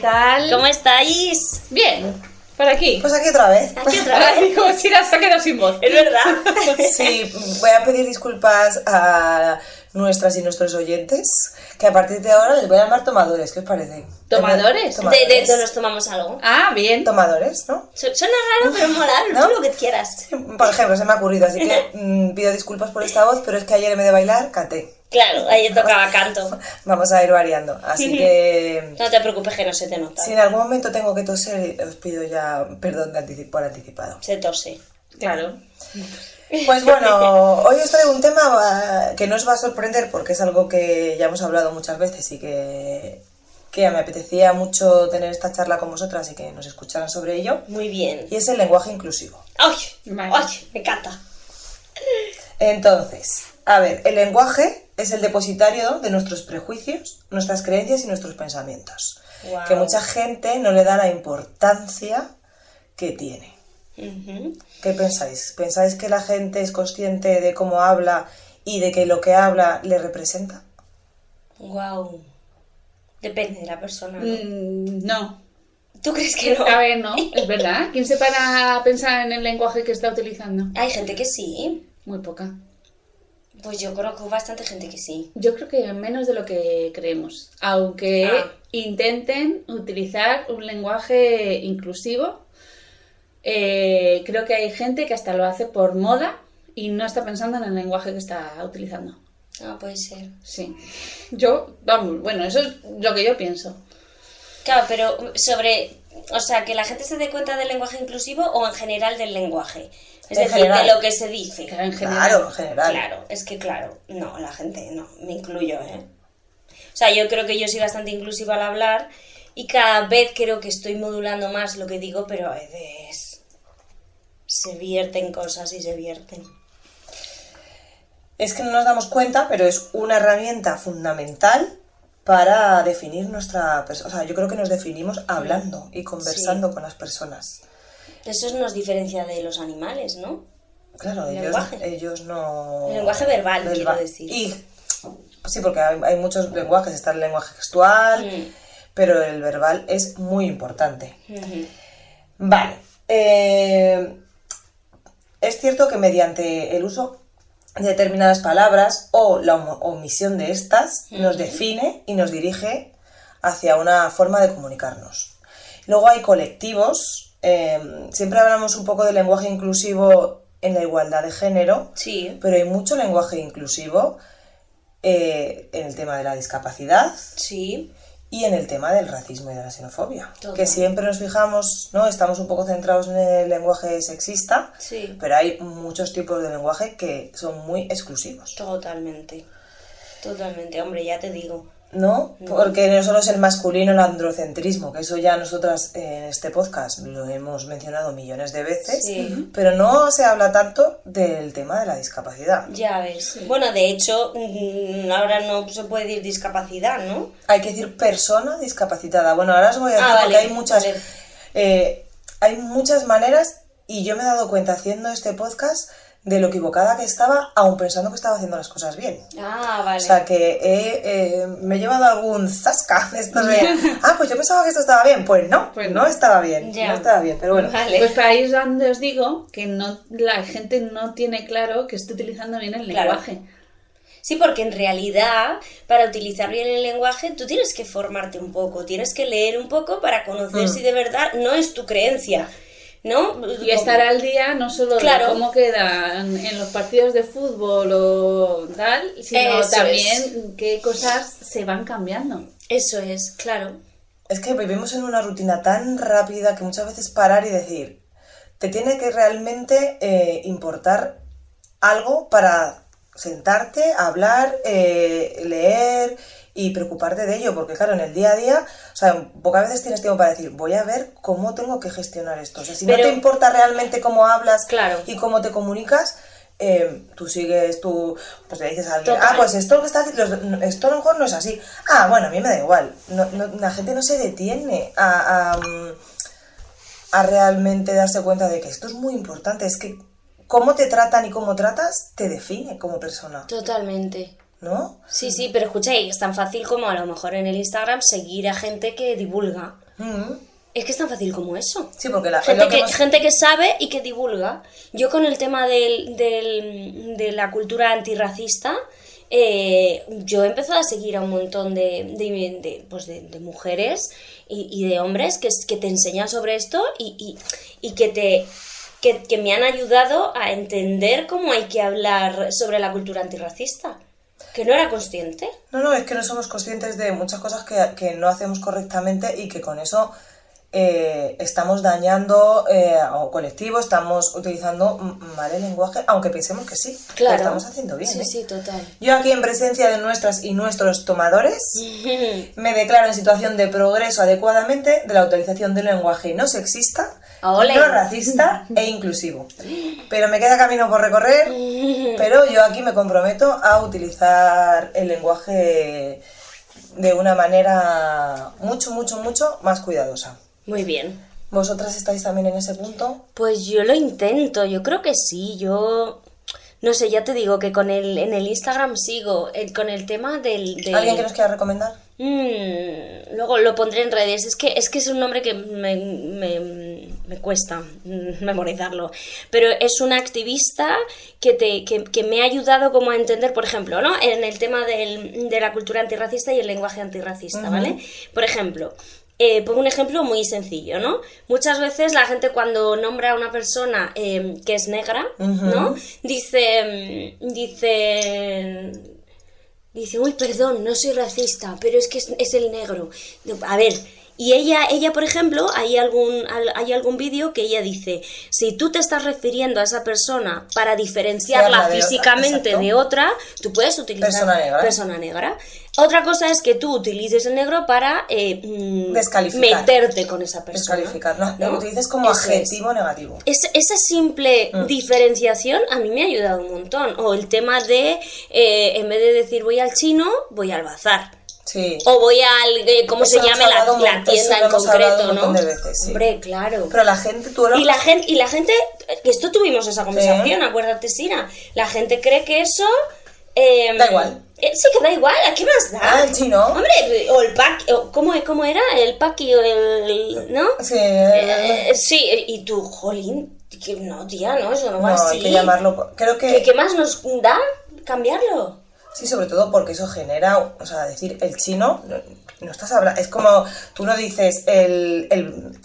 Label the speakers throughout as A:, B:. A: tal?
B: ¿Cómo estáis?
A: Bien, por aquí.
C: Pues aquí otra vez.
B: Aquí otra
A: Ahora
B: vez.
A: digo, si la se ha quedado sin voz.
B: Es verdad.
C: Sí, voy a pedir disculpas a nuestras y nuestros oyentes, que a partir de ahora les voy a llamar tomadores, ¿qué os parece?
A: ¿Tomadores?
B: De, de todos los tomamos algo.
A: Ah, bien.
C: Tomadores, ¿no?
B: Su- Suena raro, pero moral,
C: ¿No?
B: tú lo que quieras.
C: Por ejemplo, se me ha ocurrido, así que mm, pido disculpas por esta voz, pero es que ayer en vez de bailar, canté.
B: Claro, ayer tocaba canto.
C: Vamos a ir variando, así que...
B: No te preocupes que no se te nota.
C: Si en algún momento tengo que toser, os pido ya perdón de antici- por anticipado.
B: Se tose.
A: Claro.
C: Pues bueno, hoy os traigo un tema ah, que no os va a sorprender porque es algo que ya hemos hablado muchas veces y que, que me apetecía mucho tener esta charla con vosotras y que nos escucharan sobre ello.
B: Muy bien.
C: Y es el lenguaje inclusivo.
B: ¡Ay!
A: Vale.
B: ¡Ay! Me encanta.
C: Entonces, a ver, el lenguaje es el depositario de nuestros prejuicios, nuestras creencias y nuestros pensamientos.
B: Guau.
C: Que mucha gente no le da la importancia que tiene.
B: Ujú.
C: ¿Qué pensáis? ¿Pensáis que la gente es consciente de cómo habla y de que lo que habla le representa?
B: Guau. Depende de la persona. ¿no?
A: Mm, no.
B: ¿Tú crees que no?
A: A ver, no. Es verdad. ¿Quién se para a pensar en el lenguaje que está utilizando?
B: Hay gente que sí.
A: Muy poca.
B: Pues yo conozco bastante gente que sí.
A: Yo creo que menos de lo que creemos. Aunque
B: Ah.
A: intenten utilizar un lenguaje inclusivo, eh, creo que hay gente que hasta lo hace por moda y no está pensando en el lenguaje que está utilizando.
B: Ah, puede ser.
A: Sí. Yo, vamos, bueno, eso es lo que yo pienso.
B: Claro, pero sobre, o sea, que la gente se dé cuenta del lenguaje inclusivo o en general del lenguaje. Es
C: En
B: decir,
C: general.
B: de lo que se dice.
A: En general.
C: Claro, en general.
B: Claro, es que claro, no, la gente no, me incluyo, ¿eh? O sea, yo creo que yo soy bastante inclusiva al hablar y cada vez creo que estoy modulando más lo que digo, pero a veces se vierten cosas y se vierten.
C: Es que no nos damos cuenta, pero es una herramienta fundamental para definir nuestra persona. O sea, yo creo que nos definimos hablando y conversando con las personas.
B: Eso nos diferencia de los animales, ¿no?
C: Claro,
B: El
C: ellos,
B: lenguaje.
C: ellos no...
B: El lenguaje verbal,
C: Verba-
B: quiero decir.
C: Y, sí, porque hay, hay muchos lenguajes, está el lenguaje gestual,
B: Mm.
C: pero el verbal es muy importante.
B: Ujú.
C: Vale. eh, es cierto que mediante el uso de determinadas palabras o la om- omisión de estas nos define y nos dirige hacia una forma de comunicarnos. Luego hay colectivos. eh, siempre hablamos un poco de lenguaje inclusivo en la igualdad de género,
B: Sí,
C: pero hay mucho lenguaje inclusivo eh, en el tema de la discapacidad,
B: sí.
C: y en el tema del racismo y de la xenofobia.
B: Todo.
C: Que siempre nos fijamos, ¿no? Estamos un poco centrados en el lenguaje sexista,
B: Sí.
C: pero hay muchos tipos de lenguaje que son muy exclusivos,
B: Totalmente. Totalmente, hombre, ya te digo.
C: ¿no? Porque no solo es el masculino, el androcentrismo, que eso ya nosotras eh, en este podcast lo hemos mencionado millones de veces,
B: Sí.
C: pero no se habla tanto del tema de la discapacidad.
B: Ya ves. Bueno, de hecho, mm, ahora no se puede decir discapacidad, ¿no?
C: Hay que decir persona discapacitada. Bueno, ahora os voy a
B: Ah,
C: decir
B: vale,
C: porque hay muchas.
B: vale.
C: eh, hay muchas maneras y yo me he dado cuenta haciendo este podcast de lo equivocada que estaba, aun pensando que estaba haciendo las cosas bien.
B: Ah, vale.
C: O sea que he, eh, me he llevado algún zasca de esto de, ah, pues yo pensaba que esto estaba bien. Pues no,
A: Pues
C: no estaba bien.
B: Ya.
C: No estaba bien, pero bueno.
B: Vale.
A: Pues para ir donde os digo que no la gente no tiene claro que esté utilizando bien el
B: Claro.
A: lenguaje.
B: Sí, porque en realidad, para utilizar bien el lenguaje, tú tienes que formarte un poco, tienes que leer un poco para
A: Mm.
B: conocer si de verdad no es tu creencia, ¿no?
A: Y estar al día no solo
B: Claro.
A: de cómo quedan en los partidos de fútbol o tal, sino
B: Eso
A: también qué cosas se van cambiando.
B: Eso es, claro.
C: Es que vivimos en una rutina tan rápida que muchas veces parar y decir, te tiene que realmente eh, importar algo para sentarte, hablar, eh, leer y preocuparte de ello, porque claro, en el día a día, o sea, pocas veces tienes tiempo para decir, voy a ver cómo tengo que gestionar esto. O sea, si
B: Pero-
C: no te importa realmente cómo hablas
B: Claro.
C: y cómo te comunicas, eh, tú sigues, tú, pues le dices a alguien,
B: Total.
C: ah, pues esto lo que está haciendo, esto a lo mejor no es así. Ah, bueno, a mí me da igual. No- no- la gente no se detiene a, a, mm, a realmente darse cuenta de que esto es muy importante. Es que cómo te tratan y cómo tratas te define como persona,
B: Totalmente.
C: ¿no?
B: Sí, sí, pero escucháis, es tan fácil como a lo mejor en el Instagram seguir a gente que divulga.
C: Mm.
B: Es que es tan fácil como eso.
C: Sí, porque la
B: Gente
C: lo que
B: que,
C: hemos-
B: gente que sabe y que divulga. Yo con el tema del, del- de la cultura antirracista, eh, yo he empezado a seguir a un montón de, de- de, pues de- de mujeres y, y de hombres que, es- que te enseñan sobre esto y, y- y que te... Que, que me han ayudado a entender cómo hay que hablar sobre la cultura antirracista, que no era consciente.
C: No, no, es que no somos conscientes de muchas cosas que, que no hacemos correctamente y que con eso eh, estamos dañando eh, a un colectivo, estamos utilizando m- mal el lenguaje, aunque pensemos que sí, que lo estamos haciendo bien.
B: Sí,
C: ¿eh?
B: sí, total.
C: Yo aquí en presencia de nuestras y nuestros tomadores me declaro en situación de progreso adecuadamente de la utilización del lenguaje no sexista,
B: Ole.
C: no racista e inclusivo. Pero me queda camino por recorrer, pero yo aquí me comprometo a utilizar el lenguaje de una manera mucho, mucho, mucho más cuidadosa.
B: Muy bien.
C: ¿Vosotras estáis también en ese punto?
B: Pues yo lo intento, yo creo que sí, yo no sé, ya te digo que con el en el Instagram sigo el- con el tema del, del-
C: ¿Alguien que nos quiera recomendar?
B: Mm, luego lo pondré en redes, es que es que es un nombre que me, me- me cuesta mm, memorizarlo, pero es una activista que te que, que me ha ayudado como a entender, por ejemplo, ¿no? En el tema del- de la cultura antirracista y el lenguaje antirracista, ¿vale? Por ejemplo, eh, pongo un ejemplo muy sencillo, ¿no? Muchas veces la gente cuando nombra a una persona eh, que es negra, ¿no? Dice, mm, dice, dice, uy, perdón, no soy racista, pero es que es, es el negro. No, A ver, y ella, ella, por ejemplo, hay algún, al- hay algún vídeo que ella dice, si tú te estás refiriendo a esa persona para diferenciarla
C: Claro, de otra,
B: físicamente
C: exacto.
B: de otra, tú puedes utilizar
C: Persona negra.
B: persona negra. Otra cosa es que tú utilices el negro para eh, mm,
C: Descalificar.
B: meterte con esa persona.
C: Descalificar, no, lo utilices como
B: Eso es.
C: adjetivo negativo.
B: Es- esa simple
C: Mm.
B: diferenciación a mí me ha ayudado un montón. O el tema de, eh, en vez de decir voy al chino, voy al bazar.
C: Sí.
B: O voy al, eh, ¿cómo
C: Eso
B: se
C: lo
B: llame
C: hemos
B: la,
C: hablado un
B: la
C: montón,
B: tienda
C: eso
B: en
C: lo hemos hablado
B: concreto,
C: un
B: no?
C: montón de veces, sí.
B: Hombre, claro.
C: Pero la gente, tú lo
B: Y la gente, y la gente, esto tuvimos esa conversación,
C: Sí.
B: acuérdate, Sina. La gente cree que eso. eh,
C: Da igual.
B: eh, sí, que da igual, ¿a qué más da?
C: Ah, el chino.
B: Hombre, o el paqui, o ¿cómo, ¿cómo era? El paqui, o el. ¿No?
C: Sí,
B: Eh, eh, sí, eh, y tú, jolín, que no, tía, no, eso no va
C: no,
B: así.
C: hay que llamarlo. por- Creo que.
B: ¿Qué, qué más nos da cambiarlo?
C: Sí, sobre todo porque eso genera. O sea, decir el chino. No, no estás hablando. Es como. Tú no dices el. el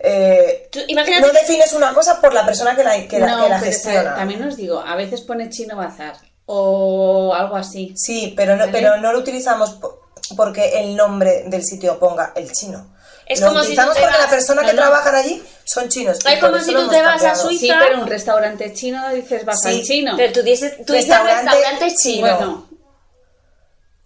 C: eh,
B: Tú, imagínate
C: no
B: que-
C: defines una cosa por la persona que la, que la, que la
A: pero
C: gestiona.
A: ta- también os digo, a veces pone chino bazar o algo así.
C: Sí, pero no,
A: Vale.
C: pero no lo utilizamos po- porque el nombre del sitio ponga el chino.
B: Es
C: lo
B: como si tú
C: utilizamos
B: te
C: porque
B: vas-
C: la persona
A: no,
C: que
A: no.
C: trabajan allí son chinos. y
B: Es
C: por
B: como
C: eso
B: si
C: lo
B: tú
C: hemos
B: te vas a
C: cambiado.
B: Suiza.
A: Sí, pero un restaurante chino dices bazar
C: Sí,
A: chino.
B: Pero tú dices, tú dices
C: Restaurante
B: restaurante
C: chino.
B: chino.
A: Bueno.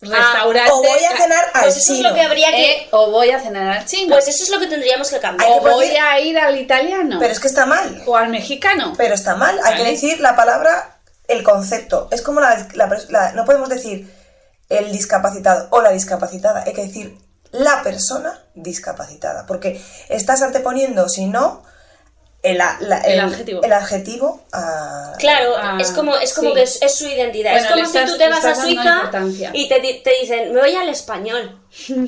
A: Ah, Restaurante.
C: O voy a cenar al
B: Pues eso es
C: chino.
B: lo que habría que.
A: eh, o voy a cenar al chino.
B: Pues eso es lo que tendríamos que cambiar.
C: Hay
A: o
C: que poner-
A: voy a ir al italiano.
C: Pero es que está mal.
A: o al mexicano.
C: Pero está mal, hay que
A: Vale.
C: decir la palabra, el concepto. Es como la, la pers- la- No podemos decir el discapacitado o la discapacitada, hay que decir la persona discapacitada. Porque estás anteponiendo, si no, el, a- la-
A: El adjetivo.
C: el adjetivo a.
B: Claro,
A: Ah,
B: es como, es como
A: sí.
B: que es, es su identidad.
A: Bueno,
B: es como
A: le estás-
B: si tú te
A: le
B: vas a
A: estás dando
B: Suiza
A: importancia.
B: y te, di- te dicen, me voy al español.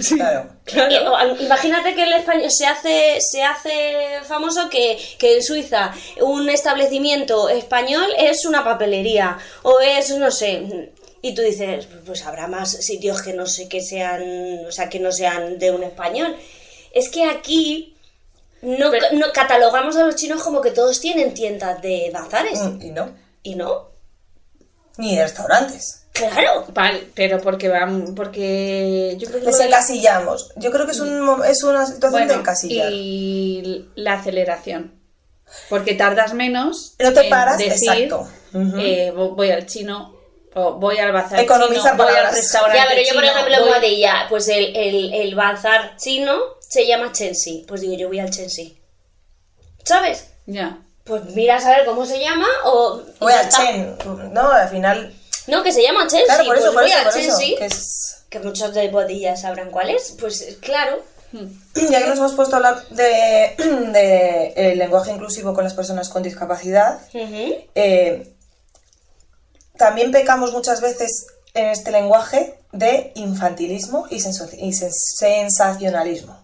C: Claro.
B: Y- o Eh, al- Imagínate que el español se hace, se hace famoso que, que en Suiza un establecimiento español es una papelería o es, no sé. Y tú dices, pues habrá más sitios que no sé que sean, o sea, que no sean de un español. Es que aquí no,
A: Pero-
B: no catalogamos a los chinos como que todos tienen tiendas de bazares.
C: Mm, Y no.
B: Y no,
C: Ni de restaurantes.
B: claro.
A: Vale, pero porque van, porque yo creo que
C: Les
A: lo de la-
C: encasillamos. Yo creo que es, un, mo- es una situación de
A: bueno,
C: encasillar.
A: y la aceleración. Porque tardas menos.
C: No te
A: en
C: paras,
A: decir,
C: exacto. Ujú.
A: eh, vo- voy al chino o voy al bazar
C: Economiza
A: chino, voy al
C: palabras.
A: restaurante
B: Ya, pero yo por
A: chino,
B: ejemplo en
A: voy-
B: Boadilla, pues el, el, el bazar chino se llama Chensi. Pues digo, yo voy al Chensi. ¿Sabes?
A: Ya.
B: Pues mira a saber cómo se llama o... y
C: Voy
B: ya
C: al
B: está.
C: Chen. No, al final.
B: No, que se llama Chensi.
C: Claro, por eso,
B: pues
C: por
B: voy
C: eso,
B: al
C: por eso.
B: Chensi.
C: que es-
B: Que muchos de Boadilla sabrán cuál es. Pues eh, claro.
C: Ya que nos hemos puesto a hablar de, de, eh, lenguaje inclusivo con las personas con discapacidad,
B: Ujú.
C: eh, también pecamos muchas veces en este lenguaje de infantilismo y, senso- y sen- sensacionalismo.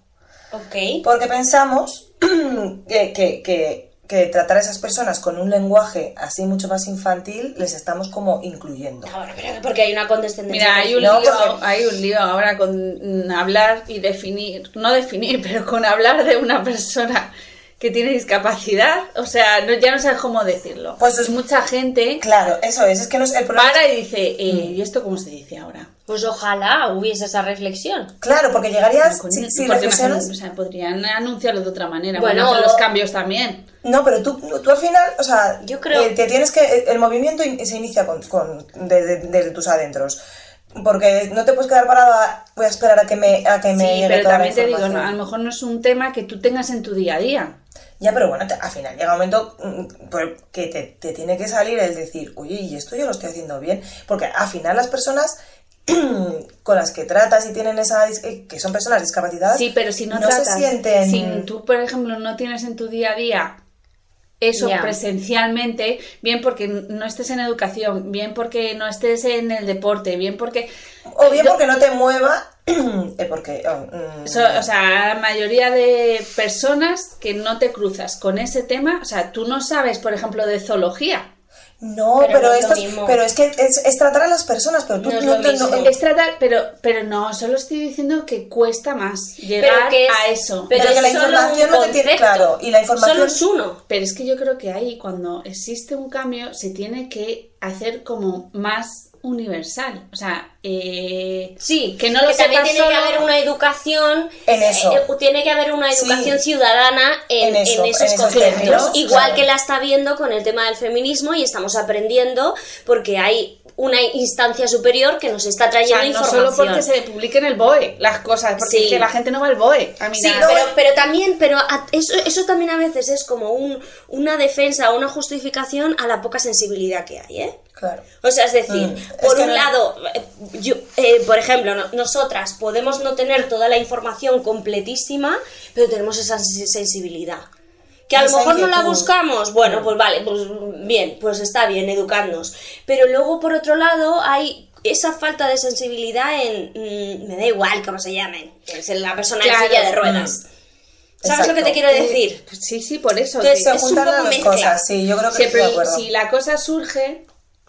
B: Ok.
C: Porque pensamos que, que- que- que tratar a esas personas con un lenguaje así mucho más infantil les estamos como incluyendo.
B: Ahora, pero porque hay una condescendencia.
A: Mira, hay un,
C: No,
A: lío,
C: porque-
A: hay un lío ahora con mm, hablar y definir, no definir, pero con hablar de una persona que tiene discapacidad. O sea, no, ya no sabes cómo decirlo.
C: Pues es-
A: es mucha gente
C: Claro, Mm. eso es, es que no es el problema.
A: para y dice, eh, ¿y esto cómo se dice ahora?
B: Pues ojalá hubiese esa reflexión.
C: Claro, porque llegarías,
A: Con-
C: si, si
A: porque
C: reflexionas-
A: imagínate, o sea, podrían anunciarlo de otra manera.
B: Bueno,
A: Bueno, hacen los
B: o-
A: cambios también.
C: No, pero tú, tú al final, o sea,
B: Yo creo-
C: eh, te tienes que. eh, El movimiento in- se inicia con, con- desde, desde tus adentros. Porque no te puedes quedar parada, voy a esperar a que me, a que me
A: Sí,
C: llegue
A: pero
C: toda la
A: también te digo, no,
C: información.
A: a lo mejor no es un tema que tú tengas en tu día a día.
C: Ya, pero bueno, te- al final llega un momento mm, por- que te, te tiene que salir el decir, oye, y esto yo lo estoy haciendo bien. Porque al final las personas con las que tratas y tienen esa. dis- eh, que son personas discapacitadas.
A: Sí, pero si no,
C: no
A: tratas,
C: se sienten.
A: si tú, por ejemplo, no tienes en tu día a día eso
B: Ya.
A: presencialmente, bien porque no estés en educación, bien porque no estés en el deporte, bien porque...
C: O bien
A: Yo-
C: porque no te mueva. eh, porque. oh, mm,
A: so- o sea, la mayoría de personas que no te cruzas con ese tema, o sea, tú no sabes, por ejemplo, de zoología.
C: No,
B: Pero
C: pero,
B: no es lo
C: esto es-
B: mismo.
C: pero es que es, es tratar a las personas, pero tú
B: No
C: no,
B: es lo
C: te-
B: mismo.
C: no- eh,
A: Es tratar, pero, pero no, solo estoy diciendo que cuesta más llegar
B: que es-
A: a eso.
B: pero
C: pero que la
B: es solo
C: información
B: un
C: no te tiene
B: concepto.
C: claro y la
B: Solo
C: información
B: es uno.
A: Pero es que yo creo que ahí cuando existe un cambio se tiene que hacer como más universal. O sea, eh,
B: Sí,
A: Que no lo
B: también
A: sepas
B: tiene que
A: solo-
B: haber una educación
C: En eso.
B: eh, tiene que haber una
C: Sí.
B: educación ciudadana en,
C: En eso,
B: en esos
C: en esos
B: conceptos.
C: términos,
B: Igual
C: claro.
B: que la está viendo con el tema del feminismo y estamos aprendiendo porque hay una instancia superior que nos está
A: o sea,
B: trayendo
A: no
B: información.
A: solo porque se publiquen el BOE las cosas, porque
B: Sí.
A: es que la gente no va al BOE. A
B: Sí,
A: mirar.
B: pero, pero también, pero a- eso, eso también a veces es como un, una defensa, una justificación a la poca sensibilidad que hay, ¿eh?
C: claro
B: O sea, es decir,
C: Mm, es
B: por
C: que
B: un
C: no-
B: lado, eh, yo, eh, por ejemplo, no- nosotras podemos no tener toda la información completísima, pero tenemos esa sen- sensibilidad. Que a lo
C: Esa
B: mejor no la
C: inquietud. Mm.
B: buscamos, bueno, pues vale, pues bien, pues está bien educarnos. Pero luego, por otro lado, hay esa falta de sensibilidad en. mm, me da igual cómo se llamen, que es la persona
A: Claro.
B: en silla de ruedas. ¿Sabes lo que te
C: Mm. Exacto.
B: quiero decir?
A: Sí, sí, por eso.
B: Entonces,
A: eh, que-
C: se
B: es un
C: juntan
B: poco
C: las dos
B: mezcla.
C: cosas sí yo creo que
A: Siempre,
C: estoy de acuerdo
A: si la cosa surge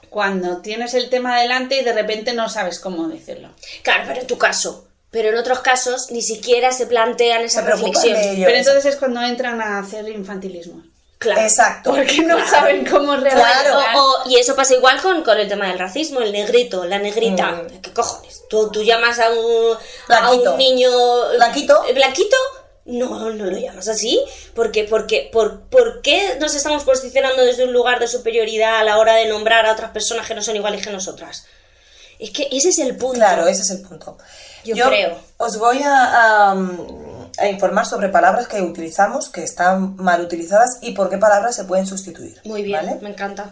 A: cuando tienes el tema delante y de repente no sabes cómo decirlo.
B: Claro, pero en tu caso. Pero en otros casos ni siquiera se plantean esa
C: Se preocupan
B: reflexión.
C: de ello. Yo
A: pero
C: eso.
A: entonces es cuando entran a hacer infantilismo.
B: Claro.
C: exacto
A: Porque no
B: Claro.
A: saben cómo realizar.
B: O-
C: Claro.
B: o- y eso pasa igual con, con el tema del racismo, el negrito, la negrita.
C: Mm.
B: ¿Qué cojones? ¿Tú, tú llamas a un, a
C: Blanquito.
B: un niño.
C: Blanquito.
B: ¿Blanquito? No, no lo llamas así. Porque, porque, por, ¿Por qué nos estamos posicionando desde un lugar de superioridad a la hora de nombrar a otras personas que no son iguales que nosotras? Es que ese es el punto.
C: claro ese es el punto
B: Yo creo.
C: os voy a, a, mm, a informar sobre palabras que utilizamos que están mal utilizadas y por qué palabras se pueden sustituir
B: Muy bien,
C: ¿vale?
B: me encanta.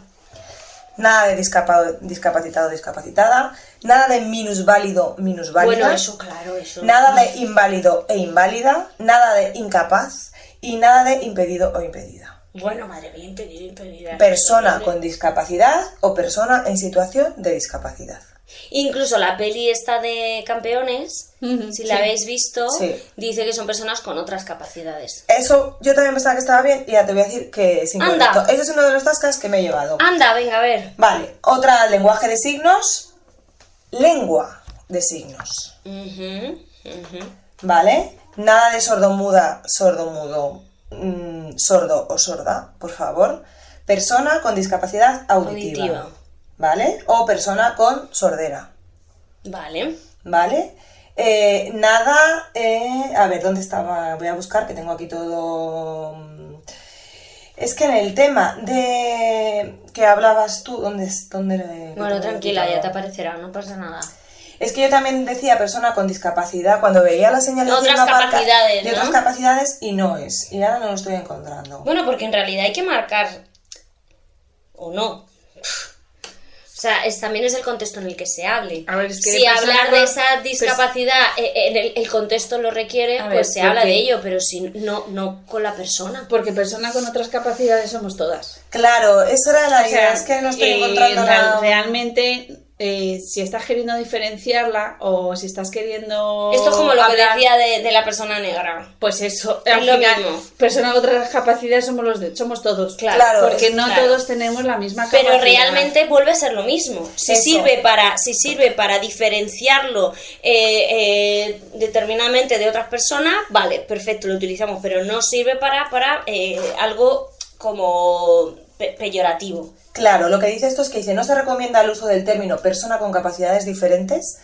C: nada de discapa- discapacitado discapacitada nada de minusválido minusválida
B: Bueno, eso, claro, eso.
C: Nada de inválido e inválida, nada de incapaz y nada de impedido o impedida.
B: Bueno, madre mía, impedido, impedida.
C: Persona con discapacidad o persona en situación de discapacidad.
B: Incluso la peli esta de campeones,
A: Ujú,
B: si la
A: sí.
B: habéis visto,
C: Sí.
B: dice que son personas con otras capacidades.
C: Eso yo también pensaba que estaba bien y ya te voy a decir que es
B: Anda.
C: incorrecto. Ese es uno de los tascas que me he llevado.
B: Anda, venga, a ver.
C: Vale, otra lenguaje de signos. Lengua de signos.
B: Ujú, ujú.
C: ¿Vale? Nada de sordomuda, sordomudo, mm, sordo o sorda, por favor. Persona con discapacidad auditiva.
B: Auditiva.
C: ¿Vale? O persona con sordera.
B: Vale.
C: ¿Vale? Eh, nada. eh, a ver, ¿dónde estaba? Voy a buscar que tengo aquí todo. mm. Es que en el tema de que hablabas tú, ¿dónde es? Dónde, eh, que
B: Bueno,
C: tengo
B: tranquila,
C: aquí todo?
B: ya te aparecerá, no pasa nada.
C: Es que yo también decía persona con discapacidad cuando veía la señal de
B: Otras
C: firma parca-
B: capacidades,
C: de
B: ¿no?
C: otras capacidades y no es. Y ahora no lo estoy encontrando.
B: Bueno, porque en realidad hay que marcar o no. O sea, es, también es el contexto en el que se hable.
A: A ver, es que
B: si
A: persona
B: hablar
A: con-
B: de esa
A: pues-
B: discapacidad eh, eh, en el, el contexto lo requiere,
A: A ver,
B: pues se habla
A: porque-
B: de ello, pero si no, no con la persona.
A: Porque persona con otras capacidades somos todas.
C: Claro, esa era la
A: O
C: idea.
A: sea,
C: es que no estoy
A: eh,
C: encontrando
A: real-
C: nada.
A: Realmente eh, si estás queriendo diferenciarla o si estás queriendo.
B: Esto es como lo que
A: hablar-
B: decía de, de la persona negra.
A: Pues eso,
B: Es
A: al
B: lo
A: final,
B: mismo.
A: personas con otras capacidades somos los de, somos todos.
B: Claro.
C: Claro,
A: Porque no
B: claro.
A: todos tenemos la misma capacidad.
B: Pero realmente vuelve a ser lo mismo. Si
C: Eso.
B: sirve para, si sirve para diferenciarlo eh, eh, determinadamente de otras personas, vale, perfecto, lo utilizamos, pero no sirve para, para eh, algo como pe- peyorativo.
C: Claro, lo que dice esto es que dice, no se recomienda el uso del término persona con capacidades diferentes,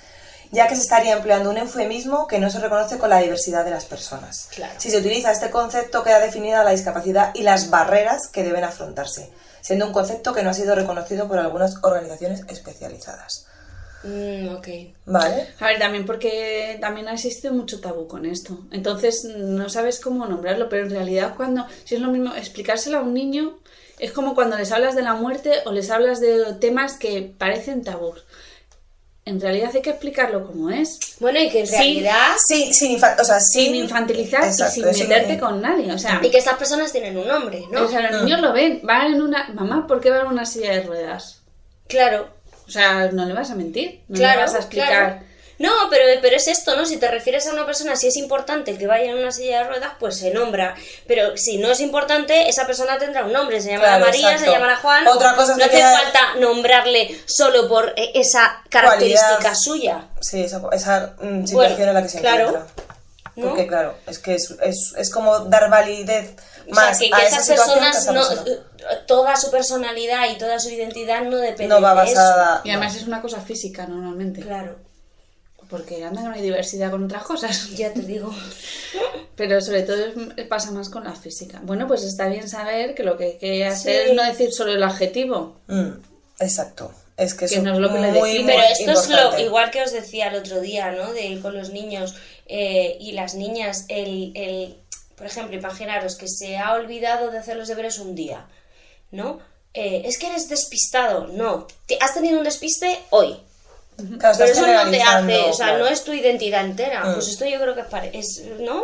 C: ya que se estaría empleando un eufemismo que no se reconoce con la diversidad de las personas.
B: Claro.
C: Si se utiliza este concepto, queda definida la discapacidad y las barreras que deben afrontarse, siendo un concepto que no ha sido reconocido por algunas organizaciones especializadas.
B: Mm, ok.
C: ¿Vale?
A: A ver, también porque también existe mucho tabú con esto. Entonces no sabes cómo nombrarlo, pero en realidad cuando, si es lo mismo, explicárselo a un niño es como cuando les hablas de la muerte o les hablas de temas que parecen tabú. En realidad hay que explicarlo como es,
B: Bueno, y que en
A: Sí.
B: realidad.
C: Ah, Sí, sin, infa- o sea, sin,
A: sin infantilizar
C: Exacto,
A: y
C: eso
A: sin
C: no-
A: meterte con nadie. O sea,
B: Y que estas personas tienen un nombre, ¿no?
A: o sea, los niños lo ven, van en una... Mamá, ¿por qué van en una silla de ruedas?
B: Claro.
A: O sea, no le vas a mentir, no
B: claro,
A: le vas a explicar.
B: claro. No, pero, pero es esto, ¿no? Si te refieres a una persona, si es importante el que vaya en una silla de ruedas, pues se nombra. Pero si no es importante, esa persona tendrá un nombre. Se llamará
C: Claro,
B: María,
C: exacto.
B: se llamará Juan.
C: Otra cosa es
B: no
C: que
B: hace
C: queda-
B: falta nombrarle solo por eh, esa característica
C: Cualidad.
B: suya.
C: Sí, esa, esa, mm, situación en la que se
B: claro,
C: encuentra.
B: ¿no?
C: Porque claro, es que es, es- es como dar validez
B: O
C: más
B: sea, que,
C: a
B: que
C: esa
B: esas
C: situación que a
B: personas,
C: esa
B: no, eh,
C: persona.
B: toda su personalidad y toda su identidad no depende
C: no va
B: de eso.
C: basada.
A: Y además es una cosa física normalmente.
B: Claro,
A: Porque anda que no hay diversidad con otras cosas.
B: ya te digo.
A: Pero sobre todo es- pasa más con la física. Bueno, pues está bien saber que lo que hay que hacer
B: Sí.
A: es no decir solo el adjetivo.
C: no. Mm, exacto. Es que,
A: Que
C: eso
A: no es lo que le
C: muy,
A: decimos.
C: muy
B: Pero esto es lo
C: importante.
B: igual que os decía el otro día, ¿no? De ir con los niños eh, y las niñas, el, el, por ejemplo, imaginaros que se ha olvidado de hacer los deberes un día, ¿no? Eh, es que eres despistado, no. Te- has tenido un despiste hoy,
C: Claro, estás
B: pero eso no te
C: generalizando,
B: hace, o sea,
C: claro.
B: no es tu identidad entera.
C: Mm.
B: Pues esto yo creo que es, pare- es ¿no?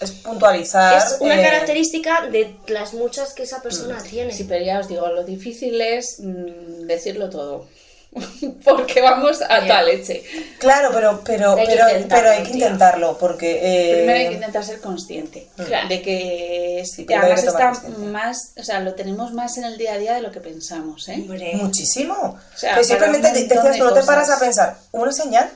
C: Es puntualizar.
B: Es una
C: eh, Mm.
B: característica de las muchas que esa persona tiene.
A: Sí, pero ya os digo, lo difícil es mm, decirlo todo. Porque vamos a toda leche.
C: Claro, pero, pero,
B: Hay que
C: pero,
B: intentarlo,
C: pero hay que
B: tía.
C: intentarlo porque. eh,
A: Primero hay que intentar ser consciente
B: Claro.
A: de que sí,
C: primero hay que
A: además
C: tomar
A: está
C: conciencia.
A: más, o sea, lo tenemos más en el día a día de lo que pensamos, ¿eh?
B: Hombre.
C: Muchísimo.
A: O sea,
C: que
A: para
C: simplemente
A: un
C: te-
A: montón
C: decías,
A: de
C: tú no te
A: cosas.
C: paras a pensar, ¿una señal?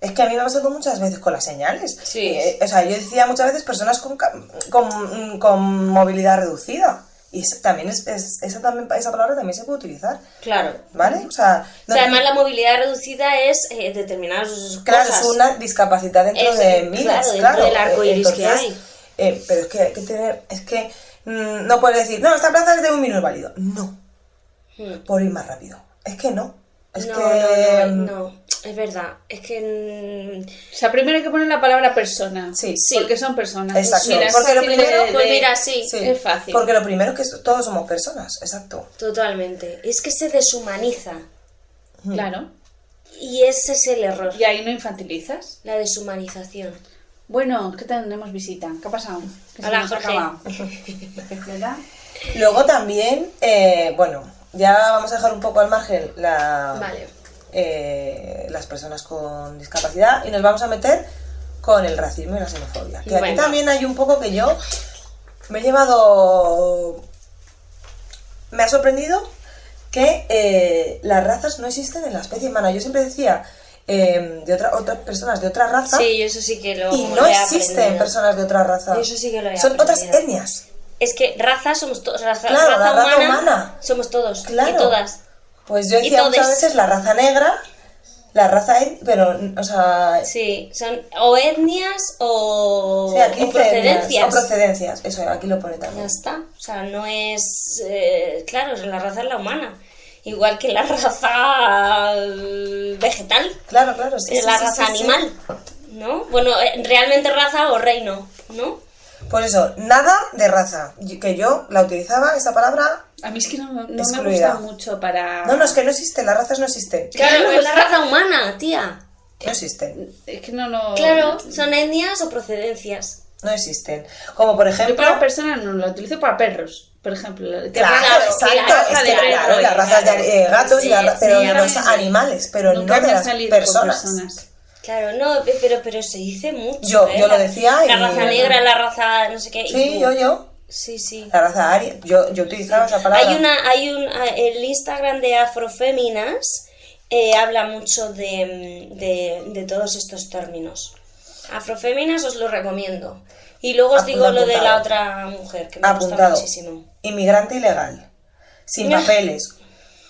C: Es que a mí me ha pasado muchas veces con las señales.
B: Sí.
C: Eh, o sea, yo decía muchas veces personas con, ca- con, mm, con movilidad reducida. Y eso también es, es- esa, también, esa palabra también se puede utilizar.
B: Claro.
C: ¿Vale? O sea,
B: O
C: no-
B: sea, además la movilidad reducida es eh, determinadas cosas.
C: Claro, es una discapacidad dentro
B: Es,
C: de
B: eh,
C: miles,
B: claro,
C: claro.
B: dentro del arco iris que hay.
C: eh, pero es que hay que tener, es que mm, no puedes decir, no, esta plaza es de un minuto válido. No,
B: Mm.
C: por ir más rápido. Es que no. Es
B: no,
C: que mm,
B: no, no, no, es verdad. Es que. mm,
A: O sea, primero hay que poner la palabra persona.
C: Sí.
B: Sí.
A: Porque son personas.
C: Exacto.
A: Mira, es
C: Porque lo
A: fácil
C: primero,
A: de-
B: Pues
A: de-
B: mira, sí,
C: Sí.
A: es fácil.
C: Porque lo primero es que todos somos personas, exacto.
B: totalmente. Es que se deshumaniza.
A: Claro.
B: Y ese es el error.
A: Y ahí no infantilizas.
B: La deshumanización.
A: Bueno, que tenemos visita. ¿Qué ha pasado? Que se
B: Hola,
A: nos ha
B: Jorge.
A: acabado. ¿Verdad?
C: Luego también, eh, bueno, ya vamos a dejar un poco al margen la,
B: Vale.
C: eh, las personas con discapacidad y nos vamos a meter con el racismo y la xenofobia. Que aquí
B: Bueno.
C: también hay un poco que yo me he llevado... Me ha sorprendido que eh, las razas no existen en la especie humana. Yo siempre decía eh, de otra- otras personas de otra raza
B: Sí, yo eso sí que lo.
C: y
B: lo
C: no
B: he
C: existen
B: aprendido.
C: personas de otra raza.
B: Yo eso sí que lo he
C: Son otras
B: aprendido.
C: etnias.
B: Es que raza somos todos. Raza,
C: Claro,
B: raza
C: la raza
B: humana,
C: humana.
B: Somos todos.
C: Claro.
B: Y todas.
C: Pues yo
B: Y
C: decía muchas
B: todes.
C: veces la raza negra, la raza et- pero, o sea,
B: Sí, son o etnias o,
C: sí, aquí
B: o
C: dice etnias,
B: procedencias.
C: o procedencias, eso aquí lo pone
B: Ya
C: también.
B: está. O sea, no es. eh, claro, la raza es la humana. Igual que la raza eh, vegetal,
C: Claro, claro, sí.
B: es
C: sí,
B: la
C: sí,
B: raza
C: sí, sí.
B: animal. ¿No? Bueno, eh, realmente raza o reino, ¿no?
C: Por eso, nada de raza, Y- que yo la utilizaba esa palabra.
A: A mí es que no, no me
C: Excluida.
A: gusta mucho para...
C: No, no, es que no existen, las razas no existen.
B: Claro,
A: Claro,
B: es la
A: está-
B: raza humana, tía.
C: No existen,
A: Es que no, no...
B: Claro, son etnias o procedencias.
C: no existen. Como por
A: Yo
C: ejemplo,
A: para personas no lo utilizo para perros. por ejemplo. la- que
C: Claro,
A: raza-
C: exacto,
A: la raza
C: es que
A: de perro
C: claro,
A: y-
C: las razas de eh, gatos y
B: Sí,
C: las ra-
B: sí,
C: pero
A: sí,
C: de los
A: sí.
C: animales, pero no
A: Nunca me
C: de
A: ha
C: las
A: salido con
C: personas.
B: Claro, no, pe- pero, pero se dice mucho.
C: Yo-
B: ¿eh?
C: yo lo
B: La-
C: decía
B: La
C: y-
B: raza negra, la raza no sé qué. y
C: Sí,
B: tú-
C: yo, yo.
B: Sí, sí.
C: La raza aria. Yo, yo utilizaba esa palabra.
B: Hay una, hay un, a- el Instagram de Afroféminas eh, habla mucho de, mm, de, de todos estos términos. Afroféminas os lo recomiendo. Y luego os digo
C: Apunta,
B: lo de la
C: apuntado.
B: otra mujer, que me gusta
C: apuntado.
B: muchísimo.
C: Inmigrante ilegal. Sin
B: Ah.
C: papeles.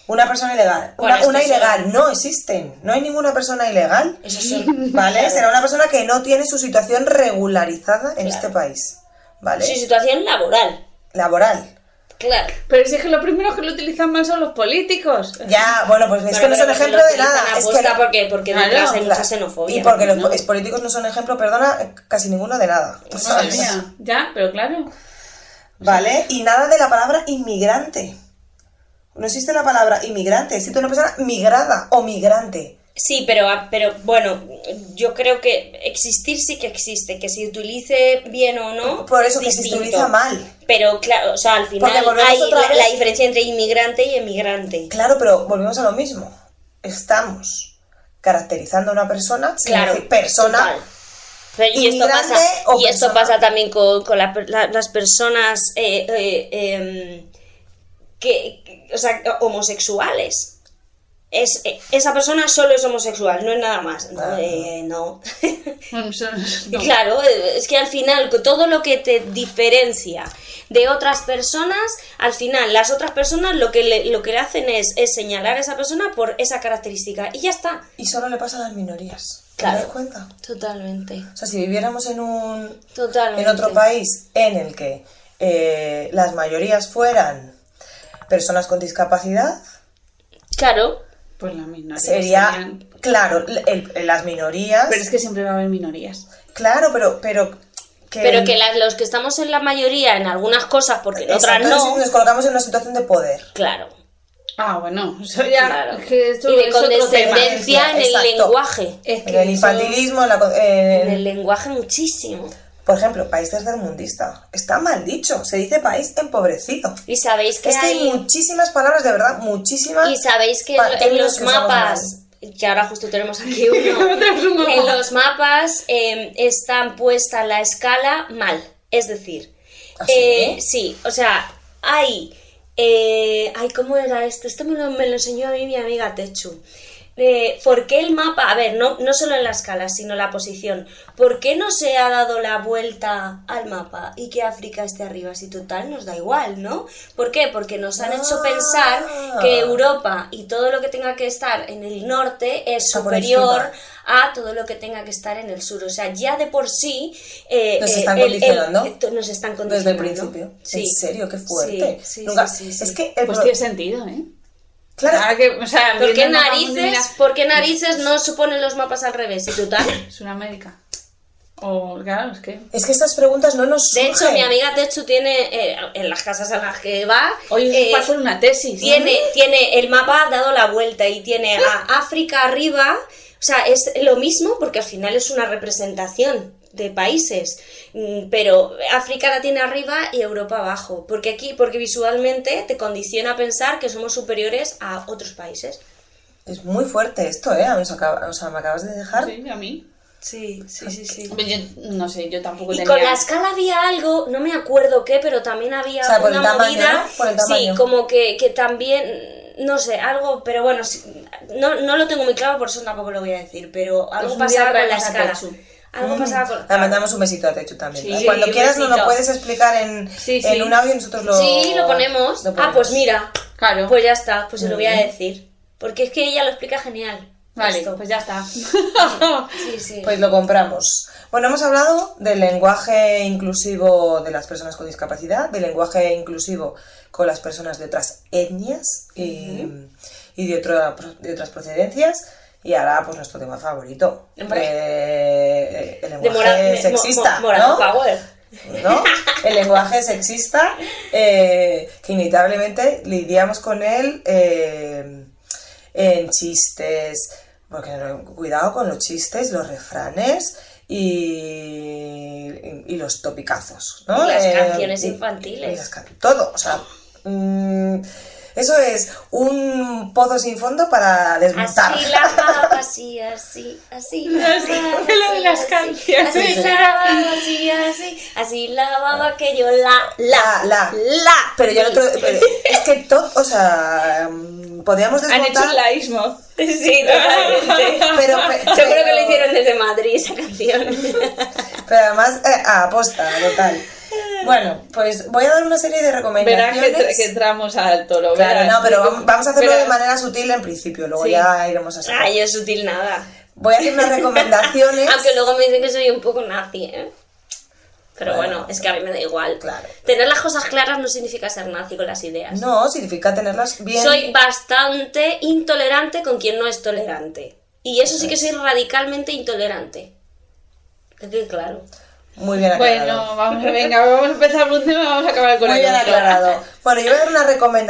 C: Una persona ilegal.
B: Bueno,
C: Una,
B: es que
C: una
B: eso-
C: ilegal. No existen. No hay ninguna persona ilegal.
B: Esos son.
C: ¿Vale? Será una persona que no tiene su situación regularizada en este país. ¿Vale?
B: Su situación laboral.
C: Laboral.
B: Claro.
A: Pero si es que los primeros que lo utilizan más son los políticos.
C: Ya, bueno, pues es que no es un ejemplo de nada. Es que
B: porque, porque
A: Claro,
B: detrás hay
C: Claro.
B: mucha xenofobia.
C: Y porque los
A: ¿no?
C: po- políticos no son ejemplo, perdona, eh, casi ninguno de nada.
A: Madre mía. Ya, pero claro.
C: ¿Vale? Y nada de la palabra inmigrante. No existe la palabra inmigrante, existe una persona migrada o migrante.
B: Sí, pero, ah, pero bueno, yo creo que existir sí que existe, que se utilice bien o no.
C: Por eso
B: es
C: que se
B: distinto.
C: utiliza mal.
B: Pero claro, o sea, al final
C: Porque volvemos
B: hay
C: otra
B: la,
C: vez.
B: la diferencia entre inmigrante y emigrante.
C: Claro, pero volvemos a lo mismo. Estamos caracterizando a una persona, sin
B: Claro,
C: decir persona.
B: total. Pero- y esto
C: Inmigrante
B: pasa,
C: o
B: y esto
C: persona.
B: pasa también con, con la per- la- las personas eh, eh, em, que, que- o sea, homosexuales. Es, eh, esa persona solo es homosexual, no es nada más. No,
C: Ah.
B: eh, no.
A: Bueno, son- no.
B: Claro, eh, es que al final con todo lo que te diferencia de otras personas, al final las otras personas lo que le, lo que le hacen es, es señalar a esa persona por esa característica y ya está.
C: Y solo le pasa a las minorías.
B: Claro.
C: ¿Te das cuenta?
B: Totalmente.
C: O sea, si viviéramos en un
B: Totalmente.
C: en otro país en el que eh, las mayorías fueran personas con discapacidad,
B: Claro.
A: Pues la minoría.
C: sería
A: serían-
C: claro el- el- las minorías.
A: Pero es que siempre va a haber minorías.
C: Claro, pero pero que
A: Em.
B: Pero que las- los que estamos en la mayoría en algunas cosas, porque en otras
C: Exacto,
B: no.
C: Nos colocamos en una situación de poder.
B: Claro.
A: Ah, bueno, eso ya.
B: claro.
A: que esto
B: y de
A: es otro tema.
B: condescendencia en el
C: Exacto.
B: lenguaje.
A: Es
C: En el
A: eso-
C: infantilismo, en la co- en-
B: En el
A: Em.
B: lenguaje muchísimo.
C: por ejemplo, país tercermundista. Está mal dicho, se dice país empobrecido.
B: Y sabéis que
C: Es que hay
B: hay...
C: muchísimas palabras, de verdad, muchísimas.
B: Y sabéis que
C: pa-
B: en
C: términos
B: los
C: que usamos
B: mapas, que ahora justo tenemos aquí uno,
A: Tenemos un mapa.
B: en los mapas eh, están puesta la escala mal. Es decir,
C: ¿Ah, sí?
B: eh, sí, o sea, hay. eh, ay, ¿cómo era esto? Esto me lo, me lo enseñó a mí mi amiga Techu. Eh, ¿Por qué el mapa? A ver, no, no solo en la escala, sino la posición. ¿Por qué no se ha dado la vuelta al mapa y que África esté arriba? Si total nos da igual, ¿no? ¿Por qué? Porque nos han hecho
C: Ah.
B: pensar que Europa y todo lo que tenga que estar en el norte es
C: Está por
B: superior
C: encima.
B: a todo lo que tenga que estar en el sur. O sea, ya de por sí... eh,
C: Nos
B: eh,
C: están
B: el- el-
C: condicionando.
B: to- nos están condicionando.
C: Desde el principio.
B: Sí.
C: En serio, qué fuerte.
B: Sí, sí,
C: Nunca-
B: sí, sí, sí.
C: Es que el
A: Pues Ah.
C: pro-
A: tiene sentido, ¿eh?
C: Claro,
A: que, o sea,
B: ¿Por qué
A: viendo el mapa mundial,
B: narices, ¿Por qué narices no suponen los mapas al revés? Y total...
A: Sudamérica. O, claro, es que.
C: es que estas preguntas no nos
B: De hecho,
C: surgen.
B: mi amiga Techu tiene, eh, en las casas a las que va,
A: Hoy
B: eh,
A: es hacer una tesis. ¿no?
B: tiene, tiene el mapa dado la vuelta y tiene a África arriba. O sea, es lo mismo porque al final es una representación de países, Mm, pero África la tiene arriba y Europa abajo, porque aquí, porque visualmente te condiciona a pensar que somos superiores a otros países.
C: Es muy fuerte esto, ¿eh? Nos acaba- O sea, me acabas de dejar.
A: Sí, a mí.
B: Sí, sí, sí, sí.
A: Hombre, Yo no sé, yo tampoco
B: Y
A: tenía.
B: con la escala había algo, no me acuerdo qué, pero también había
C: O sea, por el
B: una
C: tamaño,
B: movida.
C: ¿no? Por el
B: sí,
C: tamaño.
B: como que, que también, no sé, algo, pero bueno, sí, no, no lo tengo muy claro, por eso tampoco lo voy a decir, pero
C: Pues
B: algo
A: un día
B: pasaba con la
A: traemos a
B: escala.
A: Techu.
B: Algo pasaba con
C: Le Mm. Ah, mandamos un besito a Techu también.
A: Sí,
C: ¿vale? Cuando
A: un
C: quieras nos lo
A: besito.
C: puedes explicar en,
A: Sí, sí.
C: en un audio y nosotros lo...
B: Sí, lo ponemos.
C: lo
B: Ah,
C: ponemos.
B: pues mira,
A: Claro.
B: pues ya está, pues se lo voy a
C: bien.
B: decir. Porque es que ella lo explica genial.
A: vale,
B: Esto.
A: pues ya está.
B: Sí, sí.
C: Pues lo compramos. Bueno, hemos hablado del lenguaje inclusivo de las personas con discapacidad, del lenguaje inclusivo con las personas de otras etnias y, y de, otra- de otras procedencias. Y ahora, pues nuestro tema favorito.
B: Hombre.
C: eh, el lenguaje
B: mora- mo- mo-
C: sexista.
B: moral
C: ¿no?
B: power.
C: ¿no? El lenguaje sexista, eh, que inevitablemente lidiamos con él eh, en chistes. Porque no- cuidado con los chistes, los refranes y, y los topicazos, ¿no?
B: Y las
C: Eh,
B: canciones
C: y-
B: infantiles.
C: y las can- todo, o sea, mm, eso es un pozo sin fondo para desmontar.
B: Así la amaba, así, así, así.
A: No sé, lo de las canciones
B: Así la
A: era-
B: amaba, así, así. Así la amaba que yo la, la,
C: La, la,
B: la.
C: Pero yo el otro, pero es que todo, o sea, mm, podríamos
A: Han hecho
C: desmontar.
A: el laísmo.
B: Sí, totalmente.
C: Pero, pe-
B: Yo creo que
C: pero-
B: lo hicieron desde Madrid esa canción.
C: Pero además, eh, a aposta, total. Bueno, pues voy a dar una serie de
A: Verás
C: recomendaciones.
A: que, tra- que entramos al toro.
C: Claro,
A: verás.
C: no, pero vam- vamos a hacerlo
A: Verás.
C: de manera sutil en principio, luego
A: Sí.
C: ya iremos a saco.
B: Ay, yo sutil nada.
C: Voy a hacer unas recomendaciones.
B: Aunque luego me dicen que soy un poco nazi, ¿eh? Pero
C: Bueno.
B: bueno, es que a mí me da igual.
C: Claro.
B: Tener las cosas claras no significa ser nazi con las ideas.
C: No, significa tenerlas bien.
B: Soy bastante intolerante con quien no es tolerante. Y eso sí que soy radicalmente intolerante. Que quede claro.
C: Muy bien aclarado.
A: Bueno, vamos, venga, vamos a empezar por un tema y vamos a acabar con
C: Muy
A: el
C: bien
A: otro.
C: aclarado. Bueno, yo voy a dar unas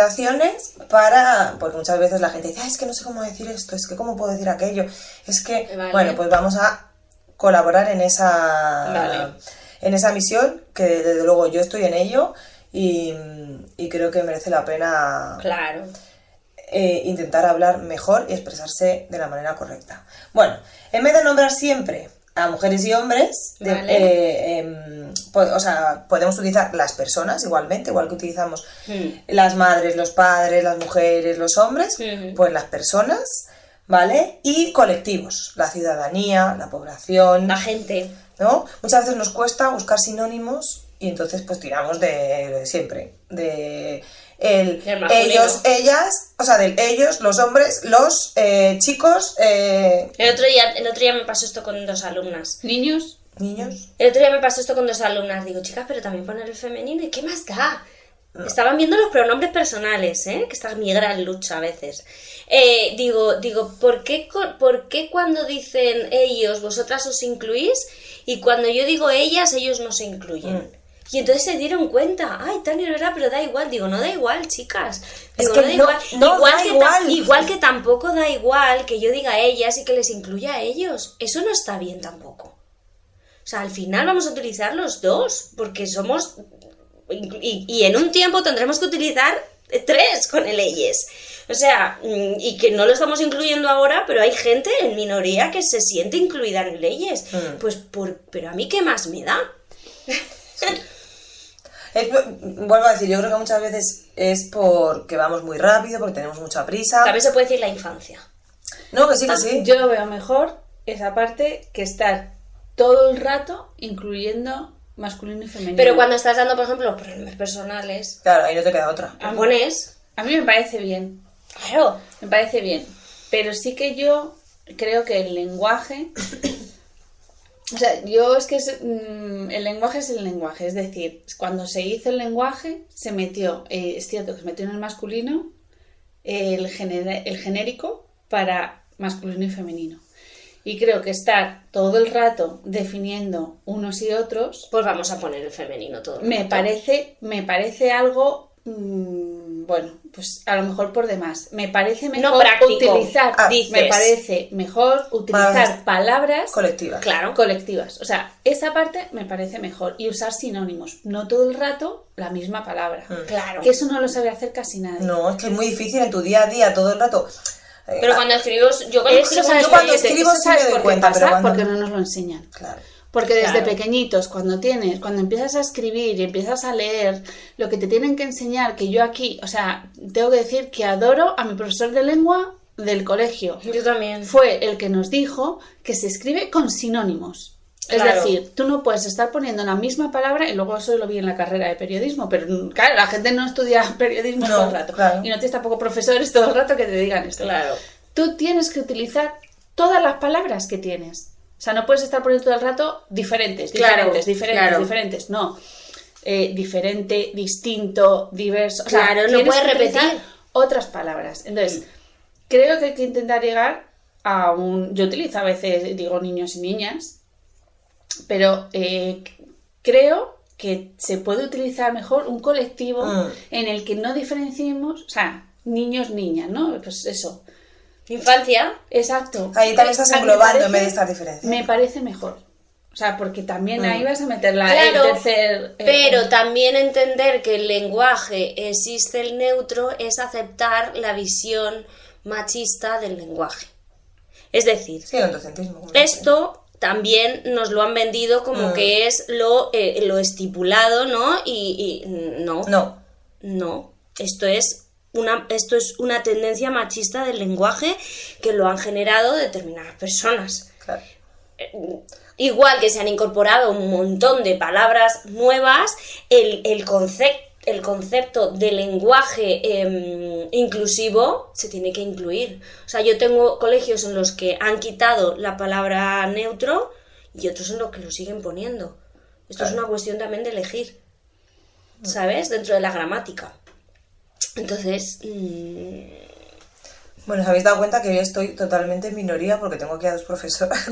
C: recomendaciones para. Porque muchas veces la gente dice, "Ah, es que no sé cómo decir esto, es que cómo puedo decir aquello. Es que.
B: Vale.
C: Bueno, pues vamos a colaborar en esa.
A: Vale.
C: En esa misión, que desde luego yo estoy en ello y, y creo que merece la pena
B: Claro.
C: eh, intentar hablar mejor y expresarse de la manera correcta. Bueno, en vez de nombrar siempre a mujeres y hombres, de-
B: Vale.
C: eh, em, po- o sea, podemos utilizar las personas igualmente, igual que utilizamos
B: Hmm.
C: las madres, los padres, las mujeres, los hombres,
B: Ujú.
C: pues las personas, ¿vale? Y colectivos, la ciudadanía, la población,
B: La gente.
C: ¿no? Muchas veces nos cuesta buscar sinónimos y entonces pues tiramos de lo de siempre, de el
B: Del masculino.
C: ellos, ellas, o sea, del ellos, los hombres, los eh, chicos, eh,
B: El otro, día, el otro día me pasó esto con dos alumnas.
A: Niños,
C: niños.
B: El otro día me pasó esto con dos alumnas. Digo, chicas, pero también poner el femenino. ¿Y qué más da?
C: Ah.
B: Estaban viendo los pronombres personales, ¿eh? Que esta es mi gran lucha a veces. Eh, digo, digo, ¿por qué, co- ¿por qué cuando dicen ellos vosotras os incluís y cuando yo digo ellas ellos no se incluyen?
C: Mm.
B: Y entonces se dieron cuenta, ay, Tania, es verdad, pero da igual. Digo, no da igual, chicas.
C: Es
B: Digo,
C: que
B: no da
C: no-
B: igual.
C: no
B: igual,
C: da
B: que ta-
C: igual.
B: igual que tampoco da igual que yo diga ellas y que les incluya a ellos. Eso no está bien tampoco. O sea, al final vamos a utilizar los dos, porque somos... Y, y en un tiempo tendremos que utilizar tres con el leyes. O sea, mm, y que no lo estamos incluyendo ahora, pero hay gente en minoría que se siente incluida en el leyes.
C: Mm.
B: Pues, por, pero a mí qué más me da.
C: Es- vuelvo a decir, yo creo que muchas veces es porque vamos muy rápido, porque tenemos mucha prisa.
B: También se puede decir la infancia.
C: No, que sí,
B: Ah,
C: que sí.
A: yo veo mejor esa parte que estar todo el rato incluyendo masculino y femenino.
B: Pero cuando estás dando, por ejemplo, los problemas personales,
C: Claro, ahí no te queda otra.
A: Ah.
B: lo pones...
A: A mí me parece bien,
B: Claro.
A: me parece bien. Pero sí que yo creo que el lenguaje... O sea, yo es que es, mm, el lenguaje es el lenguaje, es decir, cuando se hizo el lenguaje se metió, eh, es cierto que se metió en el masculino el, gener- el genérico para masculino y femenino. Y creo que estar todo el rato definiendo unos y otros
B: Pues vamos a poner el femenino todo. el
A: me
B: rato.
A: parece, me parece algo mm, bueno, pues a lo mejor por demás. Me parece mejor
B: práctico,
A: utilizar,
C: Ah,
A: me
B: dices.
A: parece mejor utilizar
C: Palabras.
A: palabras
C: Colectiva.
B: Claro.
A: colectivas. O sea, esa parte me parece mejor y usar sinónimos, no todo el rato la misma palabra.
C: Mm.
B: Claro.
A: Que eso no lo sabe hacer casi nadie.
C: No, es que es muy difícil en tu día a día, todo el rato. Eh,
B: Pero cuando escribo... Yo cuando
A: Eso
B: escribo-
A: sabes
C: yo cuando
A: por qué-
C: escribo
A: eso
C: sí me
A: sabes
C: doy
A: por qué
C: cuenta, pero
A: pasa,
C: cuando-
A: porque no nos lo enseñan.
C: Claro.
A: Porque desde
B: Claro.
A: pequeñitos, cuando tienes, cuando empiezas a escribir y empiezas a leer, lo que te tienen que enseñar, que yo aquí, o sea, tengo que decir que adoro a mi profesor de lengua del colegio.
B: Yo también.
A: Fue el que nos dijo que se escribe con sinónimos. Es
B: Claro.
A: decir, tú no puedes estar poniendo la misma palabra, y luego eso lo vi en la carrera de periodismo, pero mm, claro, la gente no estudia periodismo
C: No,
A: todo el rato.
C: claro.
A: Y no tienes tampoco profesores todo el rato que te digan esto.
B: Claro.
A: Tú tienes que utilizar todas las palabras que tienes. O sea, no puedes estar poniendo todo el rato diferentes,
B: Claro,
A: diferentes, diferentes,
B: claro.
A: diferentes. No. Eh, diferente, distinto, diverso. O sea,
B: Claro, no
A: tienes
B: puedes
A: que utilizar
B: repetir.
A: Otras palabras. Entonces, creo que hay que intentar llegar a un. Yo utilizo a veces, digo, niños y niñas, pero eh, creo que se puede utilizar mejor un colectivo
C: Mm.
A: en el que no diferenciemos, o sea, niños, niñas, ¿no? Pues eso.
B: Infancia.
A: Exacto.
C: Ahí también estás
A: A mí me
C: englobando en
A: parece-
C: vez de estar diferenciando.
A: Me parece mejor. O sea, porque también
C: Mm.
A: ahí vas a meter la,
B: Claro,
A: Ah, el tercer... eh,
B: Pero también entender que el lenguaje existe el neutro es aceptar la visión machista del lenguaje. Es decir,
C: Sí, el androcentrismo. como
B: esto también nos lo han vendido como
A: Ah.
B: que es lo, eh, lo estipulado, ¿no? Y, y no,
C: dicen. No.
B: no. Esto es una, esto es una tendencia machista del lenguaje que lo han generado determinadas personas
C: Claro.
B: igual que se han incorporado un montón de palabras nuevas, el, el, concep- el concepto de lenguaje em, inclusivo se tiene que incluir. O sea, yo tengo colegios en los que han quitado la palabra neutro y otros en los que lo siguen poniendo. Esto es
C: Claro. Mm.
B: una cuestión también de elegir, ¿sabes? Dentro de la gramática. Entonces, mm,
C: Bueno, os habéis dado cuenta que yo estoy totalmente en minoría porque tengo aquí a dos profesoras.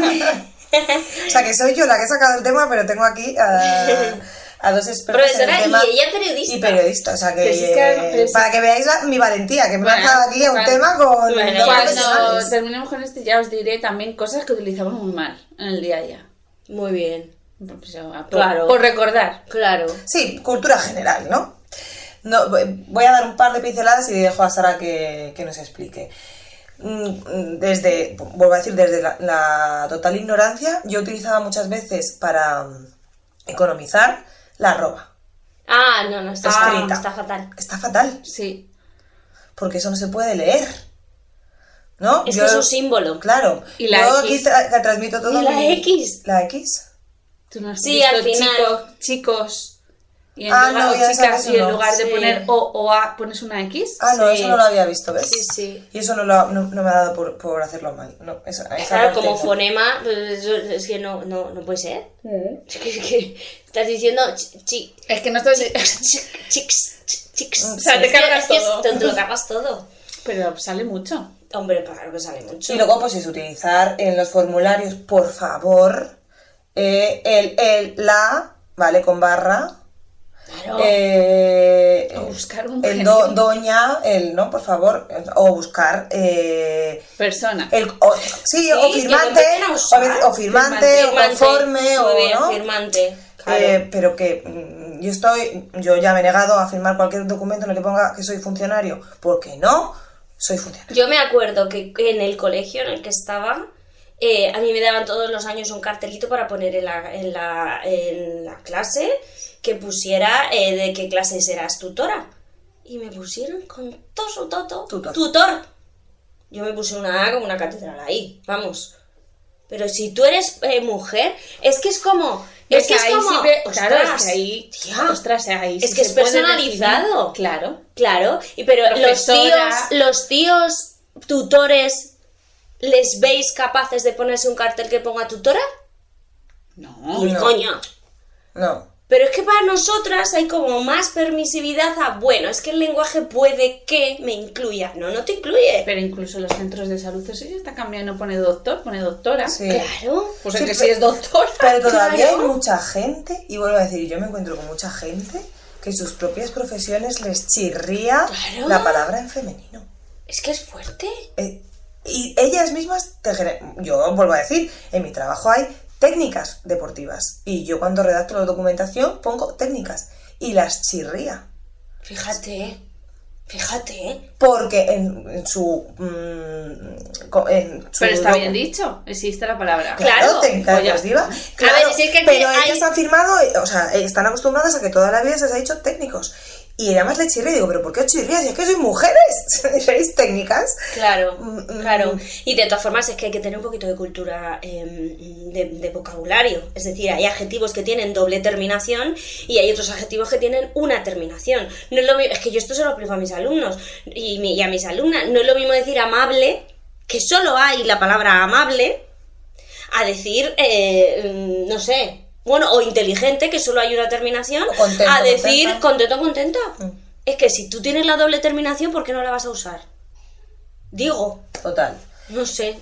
C: o sea, que soy yo la que he sacado el tema, pero tengo aquí a, a dos expertos. en
B: Profesora
C: el
B: y
C: tema
B: ella periodista.
C: Y periodista, o sea, que, eh,
A: Pero si es que- pero si-
C: para que veáis la- mi valentía, que me he
A: Bueno,
C: lanzado aquí a un
A: cuando-
C: tema con
B: bueno,
C: dos
A: Cuando
C: profesionales.
A: terminemos con este ya os diré también cosas que utilizamos muy mal en el día a día.
B: muy bien,
A: Pues, o sea, por-
B: Claro.
A: Por recordar.
B: claro.
C: Sí, cultura general, ¿no? no voy- Voy a dar un par de pinceladas y dejo a Sara que, que nos explique. Mm, mm, Desde, vuelvo a decir, desde la, la total ignorancia, yo utilizaba muchas veces para mm, economizar la arroba.
B: Ah, no, no, está,
C: Escrita.
B: está fatal.
C: Está fatal,
A: Sí.
C: porque eso no se puede leer. ¿No?
B: Es
C: Yo-
B: que es un símbolo.
C: Claro.
A: Y la
C: yo
A: X.
C: aquí tra- que transmito todo
B: ¿Y la
C: mi-
B: X?
C: ¿La X?
A: Tú no has
B: Sí,
A: visto
B: al final.
A: chico- chicos y en
C: Ah,
A: lugar,
C: no,
A: o
C: ya sé
A: chicas
C: que
A: y en
C: no.
A: lugar de
B: Sí.
A: poner O o A pones una X.
C: Ah, no,
B: Sí.
C: eso no lo había visto, ¿ves?
B: Sí, sí.
C: Y eso no, lo ha- no, no me ha dado por, por hacerlo mal. No, eso, a esa
B: Claro,
C: parte
B: como
C: no.
B: fonema, pues, eso- es que no, no, no puede ser.
C: Mm.
B: Es que, es que estás diciendo chi- chi-
A: Es que no estoy...
B: chi- chicks, chi- chicks.
C: O
A: sea, te
B: Es que-
A: cargas
B: es que
A: todo.
B: Te, te lo cargas todo.
A: Pero sale mucho.
B: Hombre, claro que sale mucho.
C: Y luego, pues es utilizar en los formularios, por favor, eh, el, el, la, ¿vale? Con barra.
B: Claro.
C: eh,
A: O buscar un
C: el do-
A: genio.
C: doña, el, ¿no? Por favor. O buscar. eh,
A: Persona.
C: el, o- sí,
B: que
C: o
B: lo
C: firmante,
B: empiecen a
C: o, a veces- o
A: usar.
C: firmante, o
B: Firmante.
C: conforme,
B: Muy
C: o
B: bien,
C: no.
B: firmante. Claro.
C: Eh, pero que mm, yo estoy, yo ya me he negado a firmar cualquier documento en el que ponga que soy funcionario, porque no soy funcionario.
B: Yo me acuerdo que en el colegio en el que estaba, eh, a mí me daban todos los años un cartelito para poner en la, en la, en la clase que pusiera eh, de qué clases eras tutora. Y me pusieron con toso toto.
C: Tutor.
B: Tutor. Yo me puse una A como una catedral ahí, vamos. Pero si tú eres eh, mujer, es que es como. Es
A: ¿Ves?
B: que es
A: Ahí
B: como.
A: sí ve- claro,
B: ostras,
A: es que ahí,
B: tía.
A: ostras, ahí
B: Es
A: sí
B: que
A: se
B: es
A: puede
B: personalizado.
A: decidir. Claro.
B: Claro, y pero los tíos,
A: Profesora.
B: los tíos tutores, ¿les veis capaces de ponerse un cartel que ponga tutora?
A: No.
B: Ni
C: No.
B: coño.
C: No.
B: Pero es que para nosotras hay como más permisividad a, bueno, es que el lenguaje puede que me incluya. No, no te incluye.
A: Pero incluso los centros de salud, eso ya está cambiando. No pone doctor, pone doctora.
C: Sí.
B: Claro.
A: Pues
C: Sí,
A: el que
C: pero-
A: sí es doctor.
C: Pero todavía
B: Claro.
C: hay mucha gente, y vuelvo a decir, yo me encuentro con mucha gente que sus propias profesiones les chirría
B: Claro.
C: la palabra en femenino.
B: Es que es fuerte.
C: Eh, y ellas mismas, te gener- yo vuelvo a decir, en mi trabajo hay técnicas deportivas, y yo cuando redacto la documentación pongo técnicas, y las chirría.
B: Fíjate. Fíjate.
C: Porque en, en su. mm, co- en su
A: Pero está
C: docu-
A: bien dicho. Existe la palabra.
B: Claro.
C: técnica
A: Oye,
C: deportiva.
B: a
C: Claro,
B: ver, si es que aquí
C: pero
B: hay-
C: ellas han firmado, eh, o sea, eh, están acostumbradas a que toda la vida se les ha dicho técnicos. Y además le chirría, digo, ¿pero por qué os chirrías? Si es que sois mujeres, sois técnicas.
B: Claro,
C: Mm, mm,
B: claro.
C: mm.
B: Y de todas formas es que hay que tener un poquito de cultura em, de, de vocabulario. Es decir, hay adjetivos que tienen doble terminación y hay otros adjetivos que tienen una terminación. No es, lo mi- es que yo esto se lo aplico a mis alumnos y, mi- y a mis alumnas. No es lo mismo decir amable, que solo hay la palabra amable, a decir, eh, mm, no sé, bueno, o inteligente, que solo hay una terminación,
C: O contento,
B: a decir
C: contenta.
B: contento, contenta.
C: Mm.
B: Es que si tú tienes la doble terminación, ¿por qué no la vas a usar? Digo,
C: Total.
B: no sé.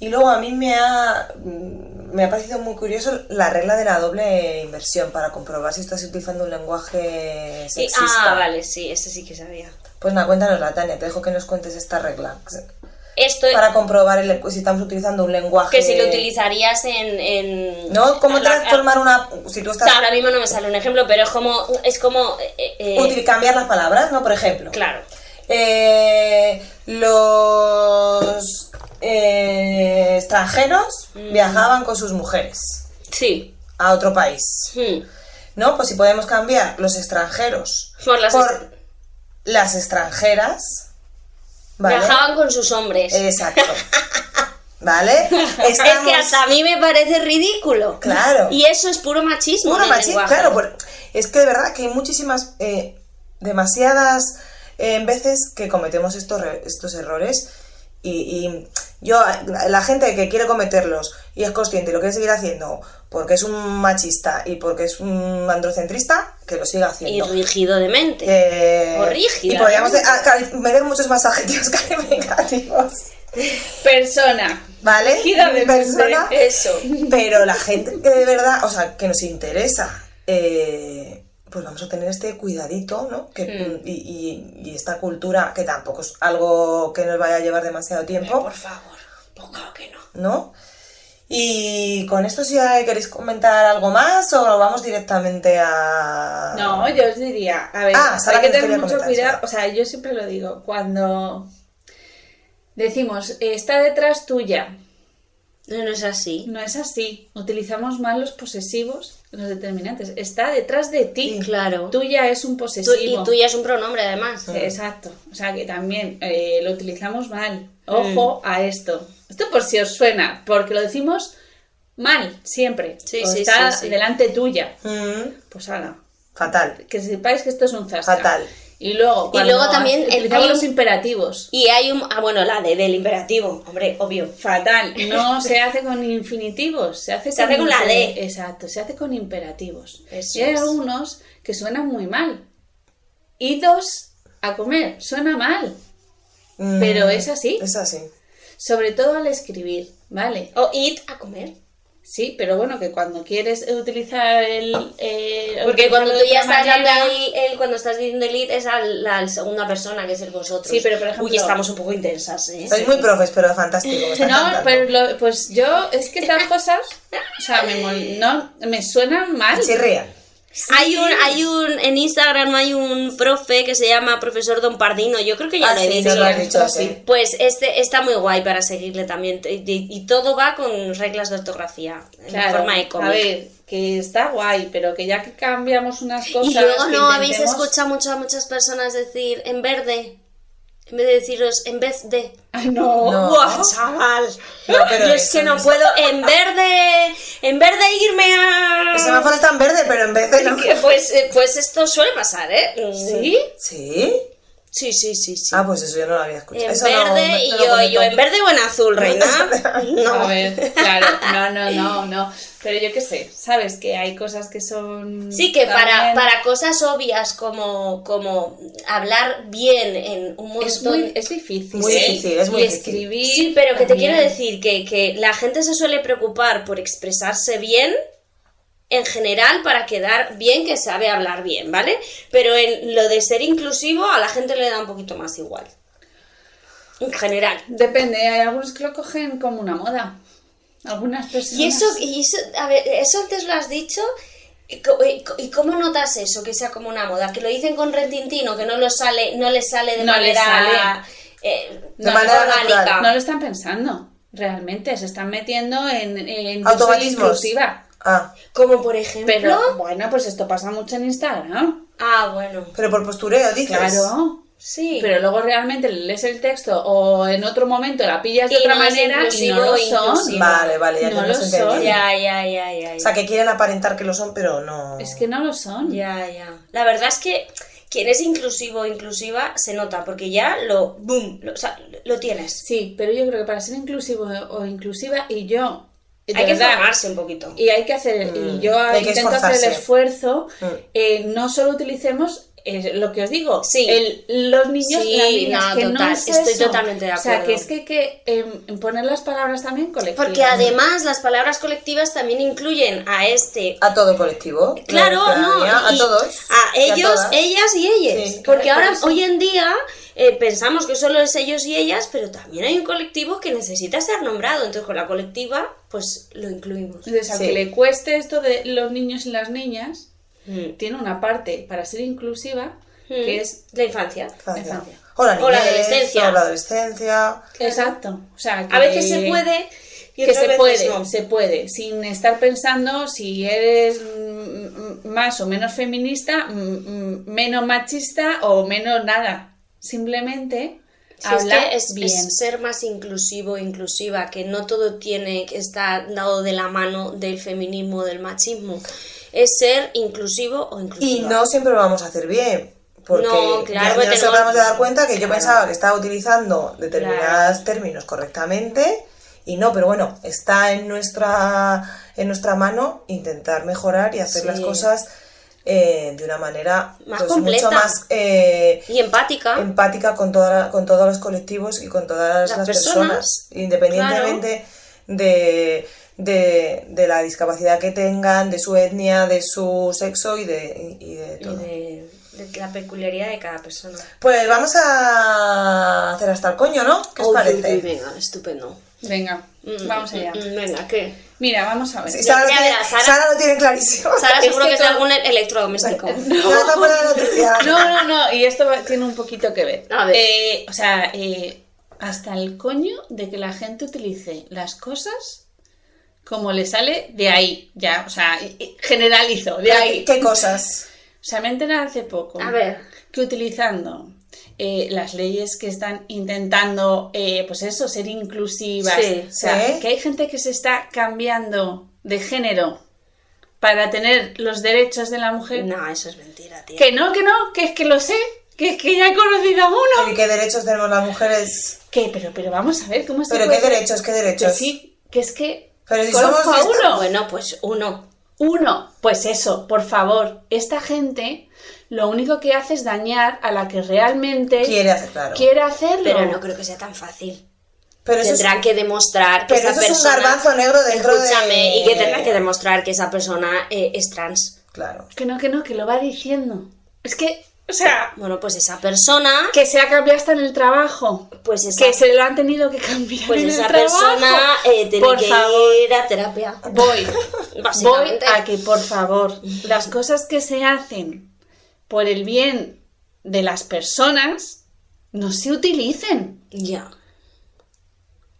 C: Y luego a mí me ha, mm, me ha parecido muy curioso la regla de la doble inversión para comprobar si estás utilizando un lenguaje
B: Sí,
C: sexista.
B: ah, vale, sí, ese sí que sabía.
C: Pues nada, cuéntanosla, Tania, te dejo que nos cuentes esta regla.
B: Esto
C: para comprobar el- si estamos utilizando un lenguaje.
B: que si lo utilizarías en... en
C: ¿No? ¿Cómo
B: a la-
C: transformar una. Si tú
B: a- o
C: estás.
B: sea, ahora mismo no me sale un ejemplo, pero es como... Es como eh, eh,
C: util- cambiar las palabras, ¿no? Por ejemplo.
B: claro.
C: Eh, los eh, extranjeros viajaban con sus mujeres
B: Sí.
C: a otro país.
B: Hmm.
C: ¿No? Pues si podemos cambiar los extranjeros
B: Por las est-
C: las extranjeras. ¿Vale? Eh,
B: Viajaban con sus hombres.
C: Exacto. ¿Vale?
B: Es que hasta a mí me parece ridículo.
C: Claro.
B: Y eso es puro machismo.
C: Bueno,
B: en el
C: machi-
B: lenguaje.
C: claro, por- es que de verdad que hay muchísimas, eh, demasiadas eh, veces que cometemos estos, re- estos errores y, y yo, la gente que quiere cometerlos y es consciente y lo quiere seguir haciendo porque es un machista y porque es un androcentrista, que lo siga
B: Y
C: haciendo.
B: rígido de mente.
C: Eh,
B: o rígida,
C: y podríamos
B: ¿no?
C: eh, ah, cali- meter muchos más adjetivos calificativos,
A: Persona.
C: ¿vale?
A: Gira de
C: Persona,
A: mente, Eso.
C: pero la gente que de verdad, o sea, que nos interesa, eh, pues vamos a tener este cuidadito, ¿no? Que, y, y- y esta cultura, que tampoco es algo que nos vaya a llevar demasiado tiempo,
A: Por favor, ponga que no.
C: ¿no? Y con esto, si hay- queréis comentar algo más o vamos directamente a.
A: No, yo os diría, a ver,
C: Ah, Sara,
A: hay que
C: que
A: tener
C: nos quería
A: mucho
C: comentar,
A: cuidado,
C: Sara.
A: o sea, yo siempre lo digo, cuando decimos, eh, está detrás tuya,
B: No, no es así.
A: no es así, utilizamos mal los posesivos, los determinantes, está detrás de ti,
B: Claro.
A: tuya es un
B: Tú- y
A: posesivo.
B: tú ya es un pronombre, además.
A: Exacto, o sea que también eh, lo utilizamos mal. Ojo a esto. Esto por si os suena, porque lo decimos mal siempre.
B: Sí,
A: O
B: sí,
A: está
B: sí, sí.
A: delante tuya.
C: Mm,
A: Pues ahora,
C: fatal.
A: que sepáis que esto es un zasca.
C: Fatal.
A: Y luego,
B: Y
A: cuando
B: luego también el-
A: utilizamos
B: hay un-
A: los imperativos.
B: Y hay un... Ah, bueno, la de del imperativo. Hombre, obvio.
A: Fatal. No se hace con infinitivos, se hace,
B: Se hace con la
A: imper-
B: D.
A: Exacto, se hace con imperativos.
B: Eso
A: y hay
B: es.
A: algunos que suenan muy mal. Idos a comer, suena mal.
C: Mm,
A: Pero es así.
C: Es así.
A: Sobre todo al escribir, ¿vale?
B: O it a comer.
A: Sí, pero bueno, que cuando quieres utilizar el... eh,
B: Porque cuando tú
A: utilizarlo de
B: ya
A: otra
B: estás dando
A: manera-
B: el, el- cuando estás diciendo el it es a la, al segunda persona, que es el vosotros.
A: Sí, pero, por ejemplo-
B: Uy, estamos un poco intensas, ¿eh?
C: Sois muy profes, pero fantástico. me está
A: No,
C: encantando.
A: pero lo- pues yo, es que estas cosas, o sea, me, mol- no, me suenan mal.
C: Chirría.
B: Hay un, hay un, en Instagram hay un profe que se llama profesor Don Pardino, yo creo que ya
C: Ah,
B: lo he
C: sí,
B: dicho.
C: ya lo has dicho, sí.
B: Pues este está muy guay para seguirle también. Y, y- y todo va con reglas de ortografía, en
A: Claro,
B: forma de cómic.
A: a ver, que está guay, pero que ya que cambiamos unas cosas...
B: y luego
A: que
B: no habéis
A: intentemos-
B: escuchado mucho a muchas personas decir en verde, en vez de deciros en vez de.
A: Ay, no.
C: No.
B: ¡Buah, chaval!
C: No, pero
B: Yo es
C: eso
B: que no
C: es-
B: puedo, en verde, en verde irme a...
C: El semáforo está en verde, pero en vez de. no-
B: Que pues, eh, pues esto suele pasar, ¿eh?
A: ¿Sí?
C: ¿Sí?
B: Sí, sí, sí, sí.
C: Ah, pues eso yo no lo había escuchado.
B: en
C: Eso no-
B: verde
C: no-
B: y
C: no lo
B: yo,
C: comento.
B: yo, en verde o en azul, reina.
A: A
B: No.
A: ver, claro, no, no, no, no. Pero yo qué sé, sabes que hay cosas que son...
B: Sí, que para,
A: también-
B: para cosas obvias como, como hablar bien en un montón...
A: Es, muy, es difícil.
C: Muy
A: ¿eh?
C: difícil, es muy
A: y
C: difícil.
A: escribir.
B: Sí, pero que te
A: también.
B: quiero decir que, que la gente se suele preocupar por expresarse bien en general para quedar bien que sabe hablar bien, ¿vale? Pero en lo de ser inclusivo a la gente le da un poquito más igual. En general.
A: Depende, hay algunos que lo cogen como una moda. Algunas personas.
B: Y eso, y eso, a ver, eso antes lo has dicho. ¿Y co- y co- y cómo notas eso, que sea como una moda? Que lo dicen con retintino, que no lo sale, no le sale de
A: No le
B: manera
A: sale.
B: eh,
C: De
A: manera
B: orgánica.
C: natural.
A: No lo están pensando, realmente. Se están metiendo en. en yo soy
C: Automatismos.
A: inclusiva.
C: Ah,
B: Como por ejemplo.
A: Pero bueno, pues esto pasa mucho en Instagram.
B: Ah, bueno.
C: pero por postureo, dices.
A: Claro.
B: Sí.
A: Pero luego realmente lees el texto o en otro momento la pillas de
B: Y
A: otra
B: no es
A: manera y
B: inclusivo,
A: no lo son.
B: inclusivo.
C: Vale, vale, ya
A: No
C: tenemos
A: lo
C: entendido.
A: son.
B: Ya, ya, ya, ya.
C: O
B: ya.
C: sea, que quieren aparentar que lo son, pero no.
A: Es que no lo son.
B: Ya, ya. La verdad es que quien es inclusivo o inclusiva se nota, porque ya lo, boom, lo, o sea, lo tienes.
A: Sí, pero yo creo que para ser inclusivo o inclusiva y yo. de
B: Hay que
A: verdad,
B: formarse un poquito.
A: Y hay que hacer, y yo
C: Mm, Hay que
A: intento hacer
C: esforzarse.
A: el esfuerzo,
C: Mm.
A: eh, no solo utilicemos eh, lo que os digo,
B: Sí.
A: el- los niños,
B: Sí,
A: las niñas,
B: no,
A: que
B: total,
A: no es
B: estoy
A: eso.
B: totalmente de
A: O sea,
B: acuerdo.
A: que es que hay que em, poner las palabras también colectivas.
B: Porque además las palabras colectivas también incluyen a este.
C: A todo el colectivo.
B: Claro,
C: la ciudadanía,
B: no. y-
C: A todos.
B: A
C: y
B: ellos,
C: todas.
B: ellas y ellas.
C: Sí.
B: Porque ahora,
A: Por eso.
B: hoy en día, eh, pensamos que solo es ellos y ellas, pero también hay un colectivo que necesita ser nombrado. Entonces, con la colectiva, pues lo incluimos.
A: Entonces, aunque
C: Sí.
A: le cueste esto de los niños y las niñas,
B: Mm.
A: tiene una parte para ser inclusiva
B: Mm.
A: que es.
B: la infancia.
A: Infancia.
C: O la,
B: O la
C: niñez,
B: adolescencia.
C: o la adolescencia.
A: Exacto. O sea,
B: A veces
A: que-
B: se puede y
A: que
B: otras
A: se
B: veces
A: puede,
B: no.
A: se puede, sin estar pensando si eres mm, mm, más o menos feminista, mm, mm, menos machista o menos nada. Simplemente
B: Sí, es
A: habla
B: que es,
A: bien.
B: es ser más inclusivo, inclusiva, que no todo tiene que estar dado de la mano del feminismo, del machismo. Es ser inclusivo o
C: Y
B: inclusiva.
C: no siempre lo vamos a hacer bien. Porque
B: No, claro,
C: ya- ya
B: porque
C: nos
B: tenemos-
C: acabamos de dar cuenta que yo
B: Claro.
C: pensaba que estaba utilizando determinados términos correctamente y no, pero bueno, está en nuestra, en nuestra mano intentar mejorar y hacer
B: Sí.
C: las cosas eh, de una manera
B: Más
C: pues,
B: completa.
C: mucho más eh,
B: Y empática.
C: empática con, toda, con todos los colectivos y con todas
B: Las
C: las, personas,
B: personas,
C: independientemente de, de, de la discapacidad que tengan, de su etnia, de su sexo y de, y de
B: y
C: todo.
B: de, de la peculiaridad de cada persona.
C: Pues vamos a hacer hasta el coño, ¿no? ¿Qué os
B: Uy,
C: parece?
B: uy, uy, venga, estupendo.
A: Venga,
B: Mm,
A: vamos
B: mm,
A: allá.
B: mm, Venga, ¿qué?
A: Mira, vamos a ver.
C: Sí, Sara, lo
B: Ya
C: tiene,
B: verás, Sara-
C: Sara lo tiene clarísimo.
B: Sara seguro
A: que
B: que es de
A: todo-
B: algún electrodoméstico.
C: Sara está fuera de la electricidad.
A: No, no, no, y esto va- tiene un poquito que ver.
B: A ver.
A: Eh, o sea, eh, hasta el coño de que la gente utilice las cosas como le sale de ahí, ya, o sea, y- y generalizo, de ahí.
C: ¿Qué, qué cosas?
A: O sea, me he enterado hace poco
B: A ver.
A: que utilizando eh, las leyes que están intentando, eh, pues eso, ser inclusivas,
B: Sí,
A: o sea,
C: sí.
A: que hay gente que se está cambiando de género para tener los derechos de la mujer.
B: No, eso es mentira, tío.
A: Que no, que no, que es que lo sé, que es que ya he conocido a uno.
C: ¿Y qué derechos tenemos las mujeres?
A: Que, pero, pero vamos a ver, ¿cómo se
C: ¿Pero
A: puede
C: qué
B: pues,
A: ser?
C: derechos? ¿Qué
A: Que
C: derechos?
A: sí, que es que
C: Pero si
A: conozco
C: somos
A: a
C: esta-
A: uno.
B: Bueno, pues uno.
A: Uno, pues eso, por favor, esta gente lo único que hace es dañar a la que realmente
C: Quiere hacer claro.
A: quiere hacerlo.
B: Pero no creo que sea tan fácil.
C: Pero eso es-
B: tendrán que demostrar que
C: pero
B: esa
C: eso es un
B: persona...
C: garbanzo negro dentro de-
B: Escúchame, y que tendrán que demostrar que esa persona eh, es trans.
C: Claro.
A: Que no, que no, que lo va diciendo. Es que, o sea,
B: Bueno, pues esa persona...
A: que se ha cambiado hasta en el trabajo.
B: Pues esa,
A: Que se lo han tenido que cambiar
B: pues
A: en el
B: esa
A: trabajo.
B: persona eh, tiene
A: Por
B: que
A: favor.
B: ir a terapia.
A: Voy, voy
B: Básicamente.
A: a que, por favor, las cosas que se hacen por el bien de las personas no se utilicen.
B: Ya.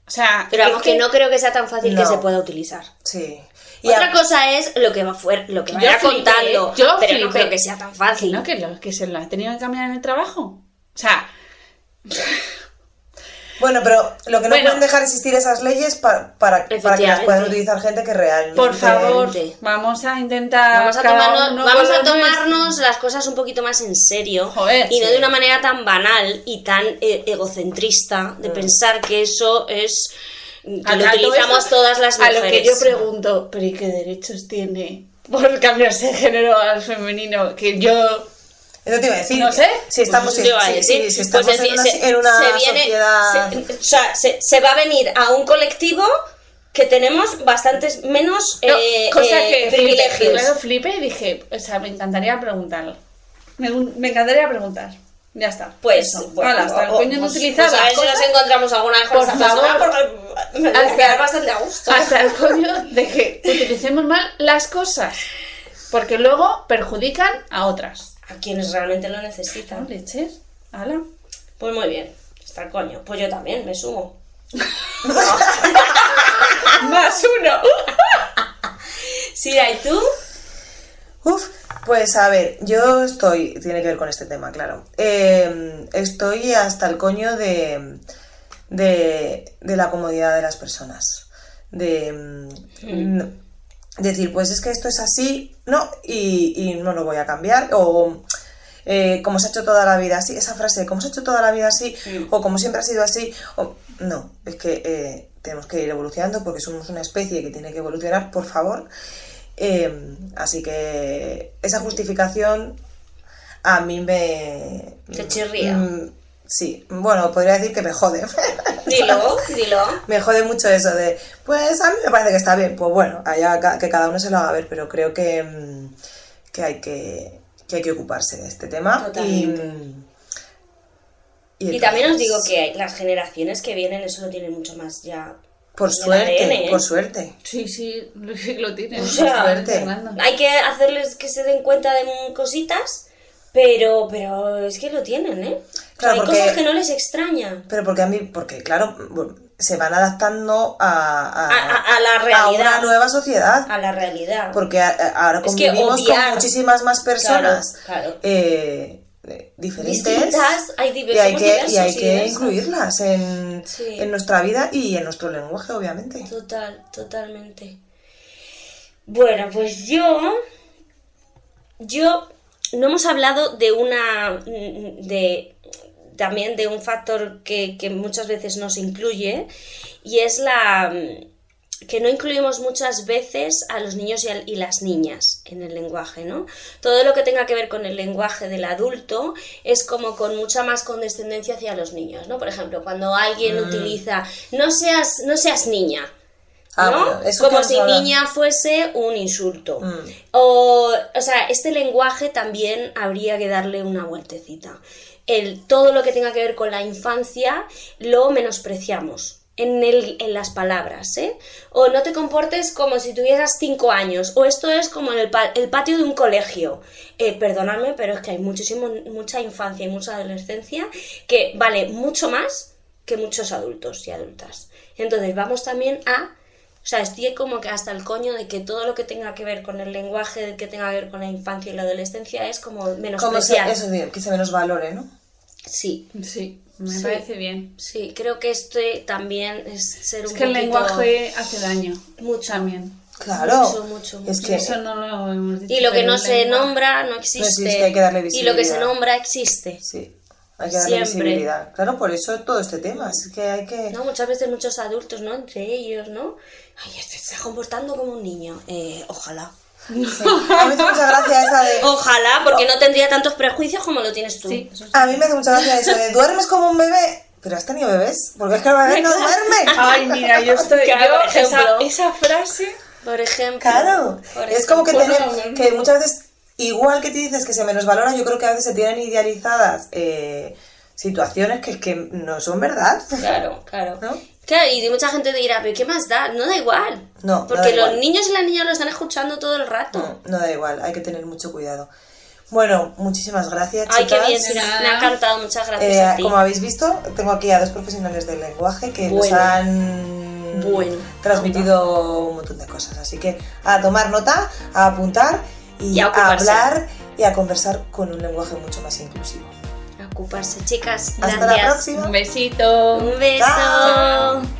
A: O sea,
B: Pero
A: es
B: vamos, que, no creo que sea tan fácil que
C: No.
B: se pueda utilizar.
C: Sí. Y
B: Otra
C: a-
B: cosa es lo que va fuera, lo que
A: Yo
B: vaya
A: flipé,
B: contando.
A: yo
B: pero no
A: flipé.
B: creo que sea tan fácil.
A: no, que, lo- que se lo ha tenido que cambiar en el trabajo. O sea,
C: Bueno, pero lo que no
A: Bueno.
C: pueden dejar existir esas leyes pa- para, para que las
B: Efectivamente.
C: puedan utilizar gente que realmente...
A: por favor,
B: Totalmente.
A: vamos a intentar.
B: Vamos a,
A: cada
B: tomarnos,
A: uno
B: vamos
A: con
B: a
A: lo
B: tomarnos las cosas un poquito más en serio
A: Joder,
B: y no
A: sí.
B: de una manera tan banal y tan eh, egocentrista de pensar que eso es mm, que
A: A-
B: lo
A: a todo
B: utilizamos
A: eso,
B: todas las mujeres.
A: A lo que yo pregunto, pero ¿y qué derechos tiene por cambiarse de género al femenino? Que yo...
C: Eso te iba a decir.
A: No sé.
C: Si estamos,
B: Pues
C: si-
B: yo iba a
C: si-
B: decir,
C: si- si
B: pues
C: estamos
B: es
C: en
B: decir,
C: una,
B: se-
C: en una
B: se viene-
C: sociedad...
B: se- o sea, se, se va a venir a un colectivo que tenemos bastantes menos
A: No,
B: eh,
A: cosa
B: eh,
A: que flipé,
B: privilegios.
A: claro, flipé y dije, o sea, me encantaría preguntarlo. Me, gu- me encantaría preguntar. Ya está.
B: Pues,
A: Eso.
B: bueno,
A: Hala, hasta el
B: o-
A: coño no
B: pues-
A: utilizar
B: pues a
A: las
B: ver si nos
A: cosas,
B: encontramos alguna vez con
A: Por
B: esa persona
A: favor.
B: porque me voy a
A: Hasta-
B: quedar bastante a gusto.
A: hasta el coño de que utilicemos mal las cosas. Porque luego perjudican a otras.
B: A quienes realmente lo
A: ¿Tan
B: necesitan.
A: leches? Hala.
B: Pues muy bien, está el coño. Pues yo también, me sumo.
A: Más uno.
B: Sira, ¿y tú?
C: Uf, pues a ver, yo estoy, tiene que ver con este tema, claro. Eh, estoy hasta el coño de, de, de la comodidad de las personas. De mm, no- decir, pues es que esto es así, no, y, y no lo voy a cambiar. O eh, como se ha hecho toda la vida así, esa frase de como se ha hecho toda la vida así, o como siempre ha sido así. o- no, es que eh, tenemos que ir evolucionando porque somos una especie que tiene que evolucionar, por favor. Eh, así que esa justificación a mí me...
B: Te chirría.
C: Mm, sí, bueno, podría decir que me jode.
B: Dilo, dilo.
C: me jode mucho eso de, pues a mí me parece que está bien. Pues bueno, allá ca- que cada uno se lo haga ver, pero creo que, mm, que, hay, que, que hay que ocuparse de este tema. Y,
B: Totalmente.
C: mm,
B: Y,
C: entonces,
B: también os digo que las generaciones que vienen eso lo tienen mucho más ya.
C: Por
B: en el
C: suerte,
B: ADN, ¿eh?
C: por suerte.
A: Sí, sí, lo, lo tienes.
B: O sea,
C: suerte.
A: Fernando.
B: Hay que hacerles que se den cuenta de mm, cositas, pero, pero es que lo tienen, ¿eh? O sea,
C: Claro,
B: hay
C: porque-
B: cosas que no les extrañan.
C: Pero porque a mí, porque claro, se van adaptando a,
B: A- a- a la realidad.
C: una nueva sociedad.
B: A la realidad.
C: Porque a- a- ahora
B: Es que
C: convivimos
B: obviar.
C: con muchísimas más personas
B: Claro, claro.
C: eh, eh, diferentes
B: Distintas, hay diver-
C: y hay
B: somos
C: que, y
B: diversos
C: hay
B: y
C: que
B: diversas.
C: incluirlas en,
B: Sí.
C: en nuestra vida y en nuestro lenguaje, obviamente.
B: Total, totalmente. Bueno, pues yo. Yo. No hemos hablado de una. de. también de un factor que, que muchas veces nos incluye. Y es la. que no incluimos muchas veces a los niños y, a- y las niñas en el lenguaje, ¿no? Todo lo que tenga que ver con el lenguaje del adulto es como con mucha más condescendencia hacia los niños, ¿no? Por ejemplo, cuando alguien utiliza no seas, no seas niña,
C: Ah,
B: ¿no?
C: bueno, eso
B: Como
C: que nos
B: si
C: hablan.
B: niña fuese un insulto.
C: Mm.
B: O, o sea, este lenguaje también habría que darle una vueltecita. El, todo lo que tenga que ver con la infancia lo menospreciamos en, el- en las palabras, ¿eh? O no te comportes como si tuvieras cinco años, o esto es como en el, pa- el patio de un colegio. Eh, perdonadme, pero es que hay muchísimo, mucha infancia y mucha adolescencia que vale mucho más que muchos adultos y adultas. Entonces vamos también a o sea, estoy como que hasta el coño de que todo lo que tenga que ver con el lenguaje, que tenga que ver con la infancia y la adolescencia es como
C: Como se,
B: menospreciar.
C: eso, de- que se menos valore, ¿no?
B: Sí,
A: Sí, me
B: Sí.
A: parece bien.
B: sí, creo que este también es ser un
A: Es que el
B: poquito-
A: lenguaje hace daño.
B: Mucho.
A: También.
C: Claro.
B: Mucho, mucho,
C: Es
B: mucho.
C: que
A: Eso no lo hemos dicho.
B: Y lo que
A: pero
B: no
A: el
B: se
A: lenguaje-
B: nombra no existe.
C: existe, hay que darle
B: Y lo que se
C: visibilidad.
B: nombra existe.
C: sí, hay que darle
B: Siempre.
C: visibilidad. Claro, por eso todo este tema. Es que hay que.
B: ¿no? Muchas veces muchos adultos, ¿no? Entre ellos, ¿no? Ay, este se está comportando como un niño. Eh, ojalá.
C: Sí. A mí me hace mucha gracia esa de.
B: Ojalá, porque no tendría tantos prejuicios como lo tienes tú.
A: Sí.
C: A mí me hace mucha gracia eso de duermes como un bebé. Pero has tenido bebés, porque es que los bebés no duermen.
A: Ay, mira, yo estoy.
B: Claro,
A: yo
B: por
A: esa,
B: ejemplo.
A: esa frase.
B: Por ejemplo.
C: Claro,
B: Por
C: es como que,
A: ejemplo,
C: tener, que muchas veces, igual que te dices que se menosvalora, yo creo que a veces se tienen idealizadas eh, situaciones que, que no son verdad.
B: Claro, claro.
C: ¿No?
B: Claro, y mucha gente dirá, pero ¿qué más da? No da igual.
C: No, no
B: Porque
C: da
B: los
C: igual.
B: niños y las niñas lo están escuchando todo el rato.
C: No, no da igual, hay que tener mucho cuidado. Bueno, muchísimas gracias, chicas.
B: Ay, qué bien, me
A: nada.
B: ha encantado, muchas gracias
C: Eh,
B: a ti.
C: como habéis visto, tengo aquí a dos profesionales del lenguaje que nos
B: Bueno.
C: han
B: Bueno.
C: transmitido un montón de cosas. Así que a tomar nota, a apuntar y,
B: Y a
C: a
B: ocuparse.
C: hablar y a conversar con un lenguaje mucho más inclusivo.
B: A ocuparse, chicas.
C: Hasta la
B: gracias.
C: próxima.
A: Un besito.
B: Un beso.
C: Chao.